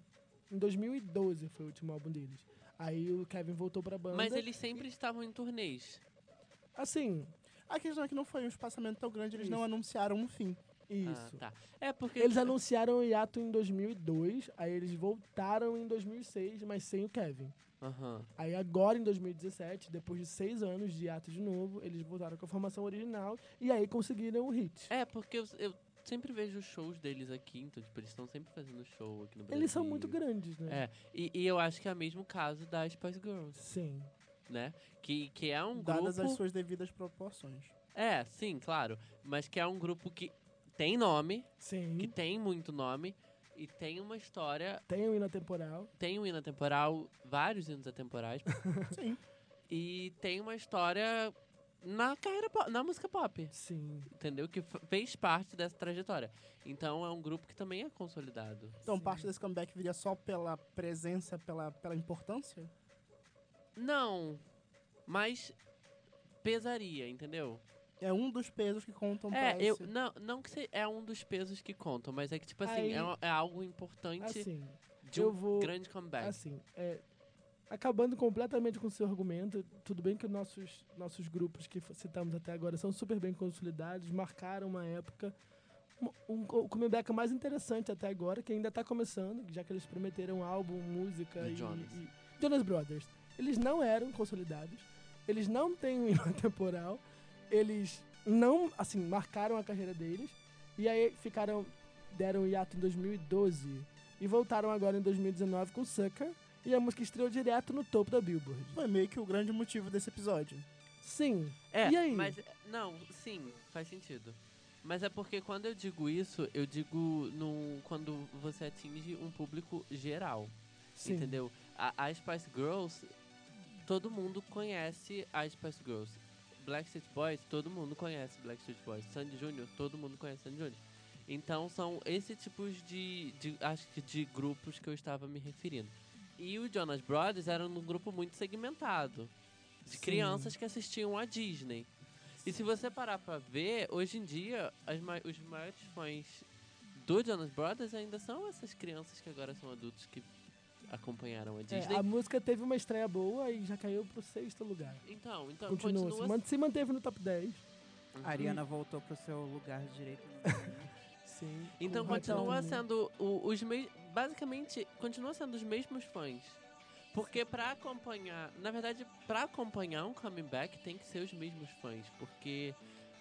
em 2012 foi o último álbum deles. Aí o Kevin voltou pra banda.
Mas eles sempre estavam em turnês.
Assim,
A questão é que não foi um espaçamento tão grande, eles não
Isso.
anunciaram um fim.
isso.
Ah, tá. É porque...
Eles anunciaram o hiato em 2002, aí eles voltaram em 2006, mas sem o Kevin.
Aham.
Aí agora, em 2017, depois de seis anos de hiato de novo, eles voltaram com a formação original e aí conseguiram o hit.
É, porque eu, eu sempre vejo os shows deles aqui, então, tipo, eles estão sempre fazendo show aqui no Brasil.
Eles são muito grandes, né?
É, e, e eu acho que é o mesmo caso da Spice Girls,
Sim.
né? Que, que é um
dadas
grupo...
as suas devidas proporções.
É, sim, claro. Mas que é um grupo que tem nome,
Sim.
que tem muito nome, e tem uma história,
Tem o hino temporal.
tem um hino atemporal, vários hinos atemporais,
Sim.
e tem uma história na carreira pop, na música pop,
Sim.
entendeu? Que f- fez parte dessa trajetória. Então é um grupo que também é consolidado.
Então,
Sim.
parte desse comeback viria só pela presença, pela, pela importância?
Não, mas pesaria, entendeu?
É um dos pesos que contam pra
é, eu
esse.
não, não que se- é um dos pesos que contam, mas é que tipo assim,
Aí-
é, um- é algo importante
Assim,
de
eu
um
vou-
grande comeback.
assim, é, acabando completamente com o seu argumento, tudo bem que os nossos, nossos grupos que f- citamos até agora são super bem consolidados, marcaram uma época. Um, um, co- o comeback mais interessante até agora, que ainda está começando, já que eles prometeram álbum, música
The
e,
Jonas.
e- Jonas Brothers. Eles não eram consolidados, eles não têm um hino temporal, eles não, assim, marcaram a carreira deles. E aí ficaram, deram um hiato em 2012. E voltaram agora em 2019 com Sucker. E a música estreou direto no topo da Billboard.
Foi meio que o grande motivo desse episódio.
Sim.
É,
E aí?
mas. Não, sim, faz sentido. Mas é porque quando eu digo isso, eu digo num, quando você atinge um público geral.
Sim.
Entendeu? A, a Spice Girls, todo mundo conhece a Spice Girls. Black Street Boys, todo mundo conhece Black Street Boys. Sandy Jr., todo mundo conhece Sandy Jr. Então são esse tipos de, de- acho que de grupos que eu estava me referindo. E o Jonas Brothers era um grupo muito segmentado. De
Sim.
crianças que assistiam a Disney. E se você parar pra ver, hoje em dia, as ma- os maiores fãs do Jonas Brothers ainda são essas crianças que agora são adultos que acompanharam a
É,
Disney.
a música teve uma estreia boa e já caiu pro sexto lugar.
Então, então
Continua,
continua.
se, man- se manteve no top 10.
A Ariana voltou pro seu lugar direito.
É,
Sim.
Então
com Hot
continua
Zone.
sendo o- os mesmos. Basicamente, continua sendo os mesmos fãs. Porque pra acompanhar. Na verdade, pra acompanhar um comeback tem que ser os mesmos fãs. Porque.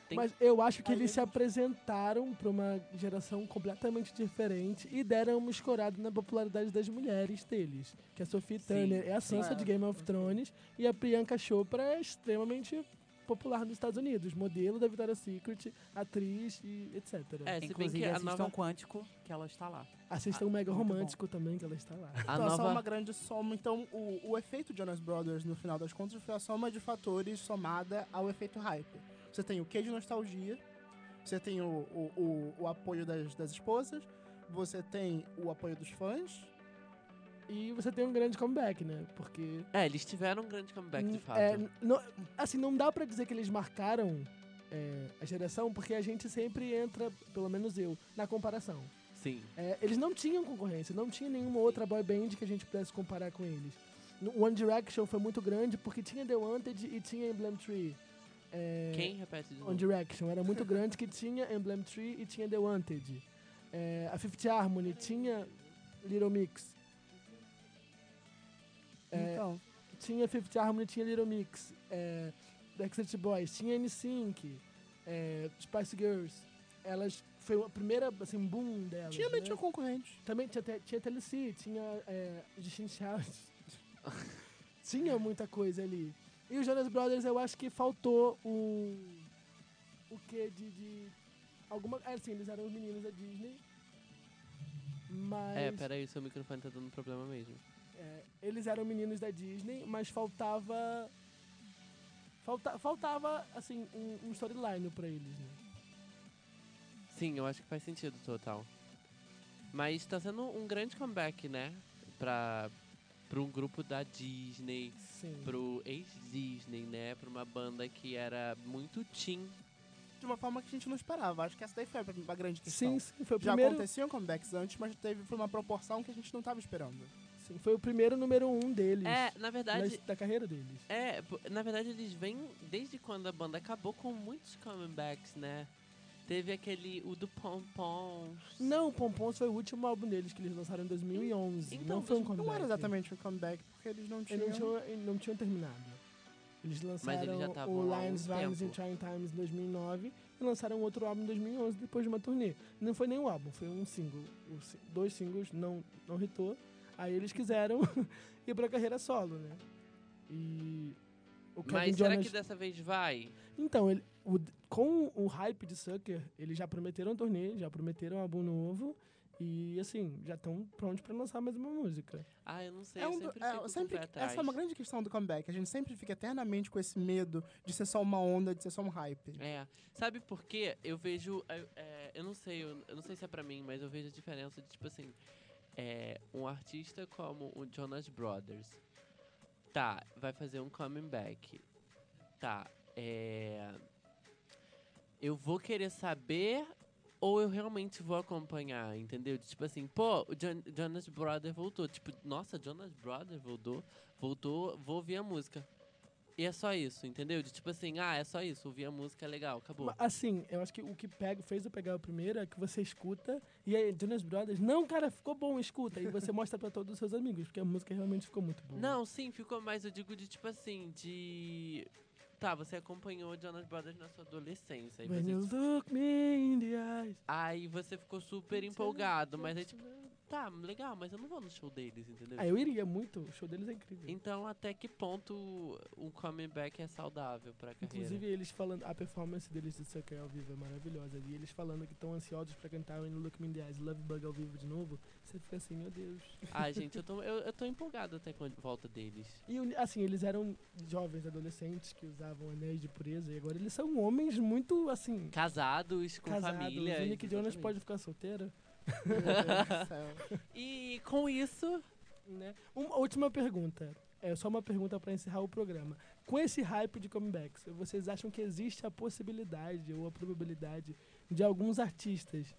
Tem-
Mas eu acho que
Aí
eles
a
se apresentaram para uma geração completamente diferente e deram uma escorada na popularidade das mulheres deles. Que a Sophie
Sim,
Turner é a Sansa
claro.
de Game of Thrones e a Priyanka Chopra é extremamente popular nos Estados Unidos, modelo da Victoria's Secret, atriz e etc.
É, se bem
Inclusive,
que a
assistam
nova.
Quântico, que ela está lá.
Assista um mega
muito bom.
romântico também que ela está lá.
A
então, é só
nova...
uma grande soma. Então, o, o efeito Jonas Brothers, no final das contas, foi a soma de fatores somada ao efeito hype. Você tem o quê de nostalgia, você tem o, o, o, o apoio das, das esposas, você tem o apoio dos fãs.
E você tem um grande comeback, né? Porque
É, eles tiveram um grande comeback de
Hum,
fato.
é, não- assim, não dá pra dizer que eles marcaram é, a geração, porque a gente sempre entra, pelo menos eu, na comparação.
Sim.
É, eles não tinham concorrência, não tinha nenhuma outra boy band que a gente pudesse comparar com eles. No- One Direction foi muito grande porque tinha The Wanted e tinha Emblem Tree. É,
Quem repete de novo?
One Direction era muito grande que tinha Emblem Tree e tinha The Wanted. É, a Fifth Harmony tinha Little Mix. É,
Então,
tinha Fifth Harmony, tinha Little Mix, é, Backstreet Boys, tinha NSYNC, é, Spice Girls. Elas foi a primeira assim boom delas.
tinha
né?
meio tinha concorrente.
Também tinha te- tinha TLC, tinha é, Justin Charles. tinha muita coisa ali. E os Jonas Brothers eu acho que faltou um o que de, de alguma é, assim, eles eram os meninos da Disney. Mas
É, peraí, seu microfone tá dando problema mesmo.
é, eles eram meninos da Disney, mas faltava. Falta, faltava, assim, um, um storyline pra eles, né?
Sim, eu acho que faz sentido total. Mas tá sendo um grande comeback, né? Pra, pra um grupo da Disney,
Sim.
pro ex-Disney, né? Pra uma banda que era muito teen.
De uma forma que a gente não esperava. Acho que essa daí foi a grande questão.
Sim, sim, foi o
Já
primeiro.
aconteciam comebacks antes, mas teve foi uma proporção que a gente não estava esperando.
sim, foi o primeiro número um deles.
É, na
da,
verdade,
da carreira deles.
É, po- na verdade eles vêm desde quando a banda acabou com muitos comebacks, né? Teve aquele, o do Pom Pom.
Não, Pompons foi o último álbum deles que eles lançaram em 2011.
Então,
não foi um
mas
comeback.
Não era exatamente um comeback, porque eles não tinham.
Eles não tinham, eles não tinham terminado. Eles lançaram
já estavam
o
há um
Lions, Vines
tempo.
and Trying Times em 2009 e lançaram outro álbum em 2011 depois de uma turnê. Não foi nem um álbum, foi um single. O si- Dois singles, não, não hitou. Aí eles quiseram ir pra carreira solo, né? E o Kevin
Mas será
Jonas...
que dessa vez vai?
Então, ele- o- com o hype de Sucker, eles já prometeram um turnê, já prometeram um álbum novo e, assim, já estão prontos pra lançar mais uma música.
Ah, eu não sei,
É
eu
um do-
sempre
é,
fico com o
sempre-
pé atrás.
essa é uma grande questão do comeback. A gente sempre fica eternamente com esse medo de ser só uma onda, de ser só um hype.
É, sabe por quê? Eu vejo, é, é, eu não sei, eu, eu não sei se é pra mim, mas eu vejo a diferença de, tipo assim, é, um artista como o Jonas Brothers, tá, vai fazer um comeback, tá, é, eu vou querer saber ou eu realmente vou acompanhar, entendeu? Tipo assim, pô, o Jon- Jonas Brothers voltou, tipo, nossa, Jonas Brothers voltou, voltou, vou ouvir a música. E é só isso, entendeu? De tipo assim, ah, é só isso, ouvir a música é legal, acabou.
Ma- Assim, eu acho que o que pega, fez eu pegar o primeiro é que você escuta e aí Jonas Brothers, não, cara, ficou bom, escuta. E você mostra pra todos os seus amigos, porque a música realmente ficou muito boa.
Não, sim, ficou mais, eu digo de tipo assim, de. Tá, você acompanhou Jonas Brothers na sua adolescência. Aí
When you
você,
look me in the eyes.
aí você ficou super empolgado, mas aí tipo, tá, legal, mas eu não vou no show deles, entendeu?
Ah, eu iria muito. O show deles é incrível.
Então, até que ponto o comeback é saudável pra carreira?
Inclusive, eles falando, a performance deles do Sucker ao vivo é maravilhosa. E eles falando que estão ansiosos pra cantar When You Look Me in the Eyes, Love Bug ao vivo de novo. Você fica assim, meu Deus.
Ah, gente, eu tô, eu, eu tô empolgado até com a volta deles.
E o- assim, eles eram jovens, adolescentes que usavam anéis de pureza. E agora eles são homens muito, assim,
Casados, com
casados.
família.
o Nick Jonas
exatamente.
pode ficar solteiro,
Meu Deus do céu.
E com isso,
né? Uma última pergunta. É só uma pergunta pra encerrar o programa. Com esse hype de comebacks, vocês acham que existe a possibilidade ou a probabilidade de alguns artistas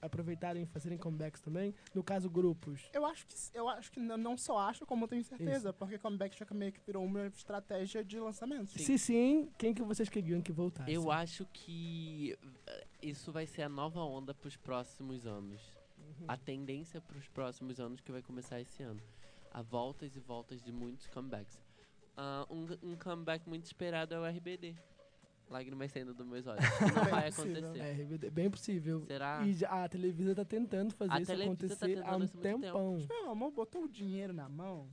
aproveitarem e fazerem comebacks também? No caso, grupos.
Eu acho que eu acho que n- não só acho, como eu tenho certeza, porque comeback já meio que virou uma estratégia de lançamento.
Sim.
Se sim, quem que vocês queriam que voltasse?
eu acho que eh, isso vai ser a nova onda pros próximos anos.
Uhum.
A tendência pros próximos anos que vai começar esse ano. Há voltas e voltas de muitos comebacks. Ah, um, um comeback muito esperado é o RBD. Lágrimas saindo dos meus olhos. Não
Bem
vai
possível.
acontecer.
É, RBD, bem possível.
Será?
E já- a Televisa tá tentando fazer
A
isso
Televisa tá
acontecer há um
tentando isso há muito tempo.
tempão.
Meu amor, botou o dinheiro na mão.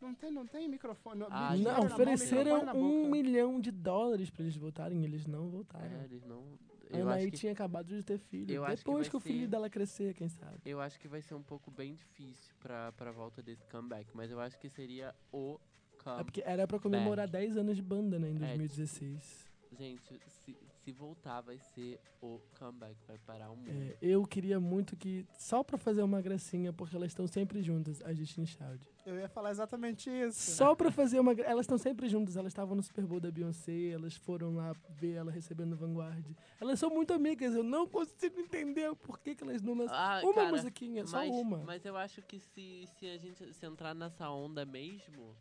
Não tem, não tem microfone.
Ah,
dinheiro
gente.
na
não,
mão,
ofereceram
microfone na
um
boca.
milhão de dólares pra eles voltarem, eles não
É,
voltaram.
eles não.
A
Eu acho,
Anaí
que,
tinha acabado de ter filho.
Eu acho que
Depois
vai
que, o filho
ser-
dela crescer, quem sabe.
eu acho que vai ser um pouco bem difícil pra, pra volta desse comeback, mas eu acho que seria o
É
comeback.
porque era pra comemorar 10 anos de banda,
É.
né, em 2016.
Gente, se, se voltar, vai ser o comeback, vai parar o mundo.
É, eu queria muito que, só pra fazer uma gracinha, porque elas estão sempre juntas, a Justine Child.
Eu ia falar exatamente isso.
Só pra fazer uma. gra- Elas estão sempre juntas. Elas estavam no Super Bowl da Beyoncé, elas foram lá ver ela recebendo o Vanguard. Elas são muito amigas. Eu não consigo entender por que, que elas não lançam
Ah,
uma
cara,
musiquinha, só
mas,
uma.
Mas eu acho que se, se a gente se entrar nessa onda mesmo.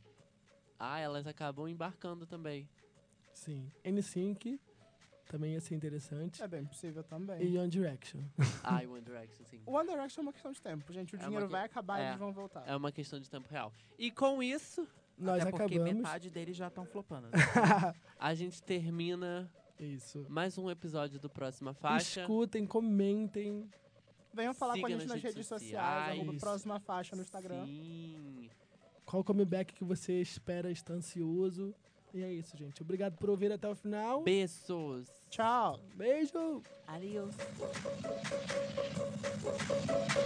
Ah, elas acabam embarcando também.
Sim. N5 também ia ser interessante.
É bem possível também.
E One Direction.
Ai, One Direction, sim.
O One Direction é uma questão de tempo, gente. O
É uma
dinheiro
que-
vai acabar e
é.
eles vão voltar.
É uma questão de tempo real. E com isso,
Nós
Até porque
acabamos.
metade deles já estão flopando.
a gente termina
Isso.
mais um episódio do Próxima Faixa.
Escutem, comentem.
Venham falar com a
Siga
gente nas redes sociais, arroba
sociais.
próxima faixa no Instagram.
Sim.
Qual comeback que você espera, está ansioso. E é isso, gente. Obrigado por ouvir até o final.
Beijos.
Tchau!
Beijo!
Adeus.